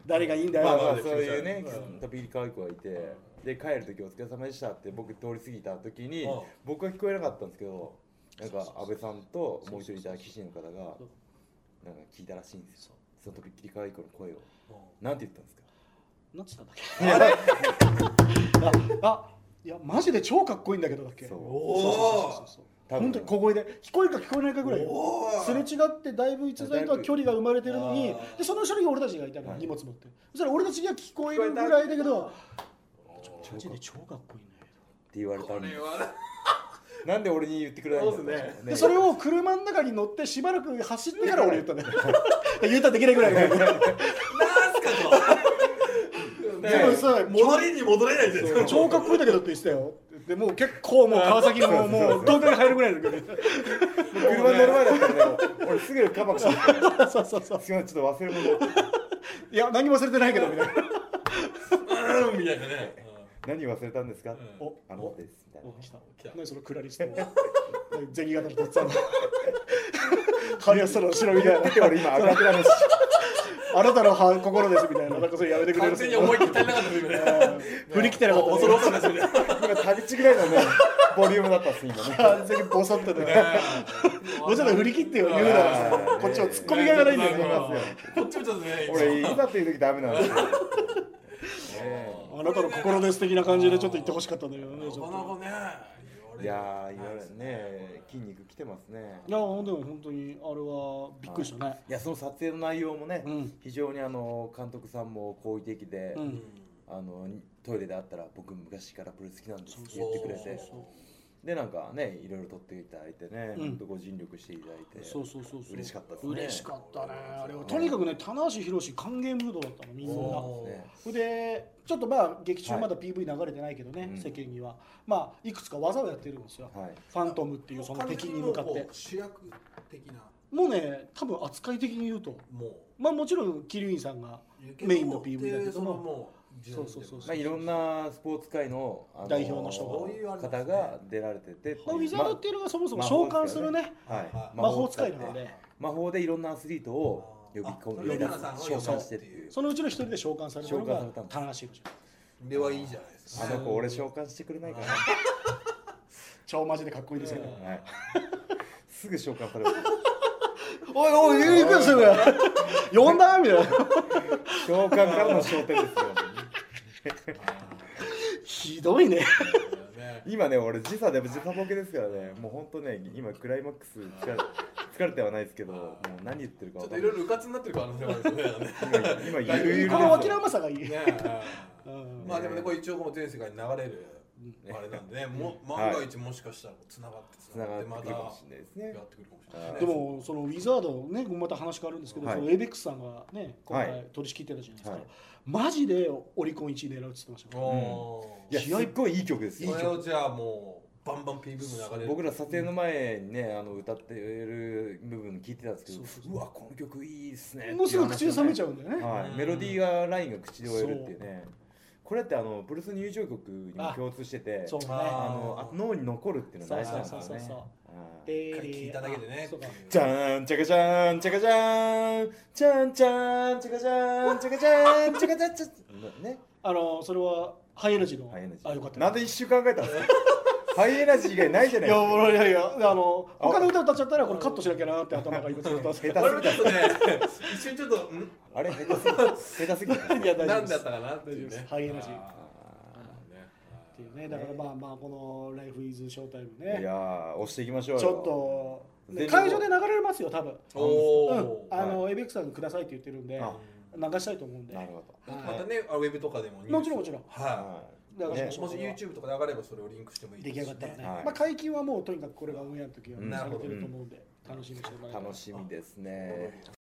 [SPEAKER 2] 誰がいいんだ
[SPEAKER 1] まあま
[SPEAKER 2] よ
[SPEAKER 1] あそういうね
[SPEAKER 3] うん
[SPEAKER 1] とびっきり可愛い子がいてで帰る時お疲れ様でしたって僕通り過ぎた時に
[SPEAKER 3] うん
[SPEAKER 1] 僕は聞こえなかったんですけどなんか安倍さんともう一人いた記者の方が
[SPEAKER 2] そう
[SPEAKER 1] なんか聞いたらしいんですよそのとびっきり可愛い子の声を
[SPEAKER 3] う
[SPEAKER 1] なんて言ったんですか
[SPEAKER 2] なんつったんだっけあれああいやマジで超かっこいいんだけどだっけ
[SPEAKER 1] そう
[SPEAKER 2] そうそうそうそう
[SPEAKER 1] 多
[SPEAKER 2] 本当に小声で聞こえるか聞こえないかぐらいよ
[SPEAKER 3] おー
[SPEAKER 2] すれ違ってだいぶ逸材とは距離が生まれてるのに
[SPEAKER 3] あー
[SPEAKER 2] でその後ろに俺たちがいたの、
[SPEAKER 1] はい
[SPEAKER 2] 荷物持ってそしたら俺たちには聞こえるぐらいだけど
[SPEAKER 1] 超
[SPEAKER 2] マジ
[SPEAKER 1] かっ
[SPEAKER 2] で超かっこいいんだけど
[SPEAKER 1] って言われた
[SPEAKER 3] こ
[SPEAKER 1] んで
[SPEAKER 3] れは
[SPEAKER 1] なんで俺に言ってくれないんだろ
[SPEAKER 3] そうっす
[SPEAKER 2] でそれを車の中に乗ってしばらく走ってから俺言ったんだよ 言ったらできないぐらいの
[SPEAKER 3] なんすかと
[SPEAKER 1] ね
[SPEAKER 2] でもさ
[SPEAKER 3] 戻りに戻れないじゃないですか
[SPEAKER 2] 超かっこいいんだけどって言ってたよでもう結構もう川崎のもう東京に入るぐらいの距離
[SPEAKER 1] 車に乗る前だったらね俺すぐカバクしてたよ
[SPEAKER 2] そうそうそう
[SPEAKER 1] すいませんちょっと忘れ物
[SPEAKER 2] いや何も忘れてないけどみたいな
[SPEAKER 3] うんみたいなね
[SPEAKER 1] 何忘れたんですか、
[SPEAKER 3] うん
[SPEAKER 2] お
[SPEAKER 1] あのですみたいな
[SPEAKER 2] お来た
[SPEAKER 3] 来た
[SPEAKER 2] 何そのクラリスト銭形のとっさんの春安さんの後ろみたいな
[SPEAKER 1] だって俺今赤くなるし
[SPEAKER 2] あなたのは心ですみたいな、なんかそれやめてくれる
[SPEAKER 3] 完全に思い切ったりなかったですよね
[SPEAKER 2] 振り切ってなかったね
[SPEAKER 3] 恐ろしいですよね
[SPEAKER 1] 今旅地ぐらいの ねボリュームだったっす今ね
[SPEAKER 2] 完全にボソってね、もうちょっと振り切ってよ言うな
[SPEAKER 1] あ
[SPEAKER 2] ら
[SPEAKER 1] ー
[SPEAKER 2] こっちは突っ込みがいがないんだよ
[SPEAKER 1] ね
[SPEAKER 2] ね。
[SPEAKER 3] こっちもちょっとね
[SPEAKER 1] 俺いざっていう時ダメなんです よ、ねえ
[SPEAKER 2] あなたの心です的な感じでちょっと言ってほしかったんだけどね、ち
[SPEAKER 3] こ
[SPEAKER 2] ょっ
[SPEAKER 3] の子
[SPEAKER 2] と。
[SPEAKER 3] ねね
[SPEAKER 1] いやーいろいろね筋
[SPEAKER 3] に
[SPEAKER 1] 肉きてますね
[SPEAKER 2] いやでも本当にあれはびっくりしたね
[SPEAKER 1] いやその撮影の内容もね、
[SPEAKER 2] うん
[SPEAKER 1] 非常にあの監督さんも好意的で、
[SPEAKER 2] うん
[SPEAKER 1] あのトイレで会ったら僕昔からプロレス好きなんですって
[SPEAKER 2] そう
[SPEAKER 1] 言
[SPEAKER 2] そ
[SPEAKER 1] っ
[SPEAKER 2] うそ
[SPEAKER 1] て
[SPEAKER 2] う
[SPEAKER 1] くれてでなんかねいろいろ撮っていただいてね、
[SPEAKER 2] うん
[SPEAKER 1] ほんとご尽力していただいて
[SPEAKER 2] そうそうそうそう
[SPEAKER 1] 嬉しかったですね
[SPEAKER 2] 嬉しかったねあれはとにかくね棚橋宏歓迎ムードだったのみんな
[SPEAKER 1] そうですね
[SPEAKER 2] それでちょっとまあ劇中まだ PV 流れてないけどね、
[SPEAKER 1] うん
[SPEAKER 2] 世間にはまあいくつか技をやってるんですよ、
[SPEAKER 1] はい
[SPEAKER 2] ファントムっていうその敵に向かって
[SPEAKER 3] 主役的な
[SPEAKER 2] もうね多分扱い的に言うと
[SPEAKER 3] も
[SPEAKER 2] まあもちろん桐生院さんが
[SPEAKER 3] う
[SPEAKER 2] メインの PV だけ
[SPEAKER 3] で
[SPEAKER 2] ど
[SPEAKER 3] そ
[SPEAKER 2] も
[SPEAKER 3] のもう
[SPEAKER 2] そうそうそう
[SPEAKER 1] まあ、いろんなスポーツ界のあの
[SPEAKER 2] 代表の人が
[SPEAKER 3] そういうあれなんですね
[SPEAKER 1] 方が出られてて、
[SPEAKER 2] まあウィザードっていうのがそもそも
[SPEAKER 1] ま
[SPEAKER 2] 召喚するね
[SPEAKER 1] はい
[SPEAKER 3] はい
[SPEAKER 2] 魔法使い
[SPEAKER 1] 魔
[SPEAKER 2] な
[SPEAKER 1] 法使
[SPEAKER 2] の
[SPEAKER 1] い
[SPEAKER 2] で、
[SPEAKER 1] で魔法でいろんなアスリートを呼び込
[SPEAKER 3] あ
[SPEAKER 1] んで出す
[SPEAKER 3] そ
[SPEAKER 1] 召
[SPEAKER 3] れを
[SPEAKER 1] 喚してっていう
[SPEAKER 2] そのうちの一人で召喚されたのが
[SPEAKER 1] 召喚されたんです
[SPEAKER 2] 棚橋宏
[SPEAKER 3] ではいいじゃないです
[SPEAKER 1] あ
[SPEAKER 3] か
[SPEAKER 1] の子俺召喚してくれないかな
[SPEAKER 2] 超マジでかっこいいですけど、
[SPEAKER 3] うん
[SPEAKER 1] はい、すぐ召喚される
[SPEAKER 2] おいおい行くんですよ呼んだみたいな
[SPEAKER 1] 召喚からの焦点ですよ
[SPEAKER 2] ひどいね
[SPEAKER 3] ね
[SPEAKER 1] 今ね俺時差で時差ボケですからねもうほんとね今クライマックス疲れ疲れてはないですけどもう何言ってるか
[SPEAKER 3] ちょ
[SPEAKER 1] 分
[SPEAKER 3] っ
[SPEAKER 1] かんない
[SPEAKER 3] といろいろ迂闊になってる可能性もあるんですよね
[SPEAKER 1] 今今ゆるゆる
[SPEAKER 2] この諦めさがいい、
[SPEAKER 3] ね
[SPEAKER 2] う
[SPEAKER 3] え
[SPEAKER 2] ん
[SPEAKER 3] まあでもねこれ一応もう全世界に流れるあれなんでねも万が一もしかしたらつながってつ
[SPEAKER 1] つな
[SPEAKER 3] なが
[SPEAKER 1] が
[SPEAKER 3] っ
[SPEAKER 1] っててく
[SPEAKER 3] また
[SPEAKER 1] るか
[SPEAKER 3] や
[SPEAKER 1] もしれないですね
[SPEAKER 3] ってくるかもしれないね
[SPEAKER 2] でもそのウィザードねまた話変わるんですけど、
[SPEAKER 1] はい
[SPEAKER 2] そのエイベックスさんがね今
[SPEAKER 1] は
[SPEAKER 2] 回
[SPEAKER 1] い
[SPEAKER 2] 取り仕切ってたじゃないですか、
[SPEAKER 1] はい
[SPEAKER 2] マジでオリコン1位狙うって言ってました
[SPEAKER 3] お
[SPEAKER 2] よ
[SPEAKER 3] お
[SPEAKER 1] いやすっごいいい曲です
[SPEAKER 3] そ
[SPEAKER 1] よ
[SPEAKER 3] れをじゃあもうバンバン PV も流れる
[SPEAKER 1] 僕ら撮影の前にねあの歌ってる部分聞いてたんですけど
[SPEAKER 2] そうそうそう
[SPEAKER 1] うわこの曲いいっすね
[SPEAKER 2] もうすぐ口で冷めちゃ
[SPEAKER 1] う、
[SPEAKER 2] うんだよね、
[SPEAKER 1] は
[SPEAKER 3] う
[SPEAKER 1] い、
[SPEAKER 3] ん
[SPEAKER 1] メロディーがラインが口で終えるっていうねこれってあのブルース入場曲にも共通してて
[SPEAKER 2] そうね
[SPEAKER 1] あ
[SPEAKER 3] あ
[SPEAKER 1] のあ脳に残るっていうのは大事なんですよね
[SPEAKER 2] そうそうそうそう
[SPEAKER 1] うん
[SPEAKER 2] で
[SPEAKER 3] 聞いただけでね
[SPEAKER 2] あそうか
[SPEAKER 1] じゃーん、ちゃかじゃーん、ちゃかじゃーん、ちゃんちゃーん、ちゃかじゃーん、ちゃかじゃーん、ちゃかじゃーん、ちゃね、
[SPEAKER 2] あのそれはハイエナジーの
[SPEAKER 1] ハイエナジ
[SPEAKER 2] あよかっ
[SPEAKER 1] ー。
[SPEAKER 2] た
[SPEAKER 1] なんで一週間考えたんですかハイエナジー以外ないじゃないいで
[SPEAKER 2] や
[SPEAKER 1] すか。
[SPEAKER 2] いやいやあの
[SPEAKER 1] あ
[SPEAKER 2] 他の歌歌っちゃったらこれカットしなきゃなって頭がいくつか歌
[SPEAKER 1] 下
[SPEAKER 2] っ
[SPEAKER 1] 手すぎ
[SPEAKER 2] て
[SPEAKER 1] た
[SPEAKER 3] これもちょっとね一瞬ちょっとん
[SPEAKER 1] あれ、下手すぎた。下手すぎた。
[SPEAKER 2] いや大丈夫
[SPEAKER 3] 何
[SPEAKER 2] です
[SPEAKER 3] だったかなってい
[SPEAKER 2] 大丈夫で
[SPEAKER 3] うね
[SPEAKER 2] すハイエナジー
[SPEAKER 3] あーね
[SPEAKER 2] っていうねだからまあまあこの「ライフイズショータイム
[SPEAKER 1] い
[SPEAKER 2] ね
[SPEAKER 1] やー、押していきましょうよ。
[SPEAKER 2] ちょっと
[SPEAKER 1] 全力
[SPEAKER 2] 会場で流れますよ多分
[SPEAKER 3] おお
[SPEAKER 2] うんあのエイベックスさんにくださいって言ってるんで
[SPEAKER 1] あ
[SPEAKER 2] 流したいと思うんで
[SPEAKER 1] なるほど。
[SPEAKER 3] ま
[SPEAKER 2] はい
[SPEAKER 3] たねあウェブとかでもニュース
[SPEAKER 2] もちろんもちろん
[SPEAKER 3] は
[SPEAKER 2] 流し
[SPEAKER 1] ね
[SPEAKER 2] ま
[SPEAKER 3] い
[SPEAKER 2] しょう
[SPEAKER 3] もし YouTube とかで流ればそれをリンクしてもいい
[SPEAKER 2] 出来上がったらね、
[SPEAKER 1] はい
[SPEAKER 2] まあ解禁はもうとにかくこれがオンエアの時はも
[SPEAKER 1] う
[SPEAKER 2] う
[SPEAKER 1] ん
[SPEAKER 2] されてると思うんで、楽しみにしてもらえたら
[SPEAKER 1] 楽しみですね。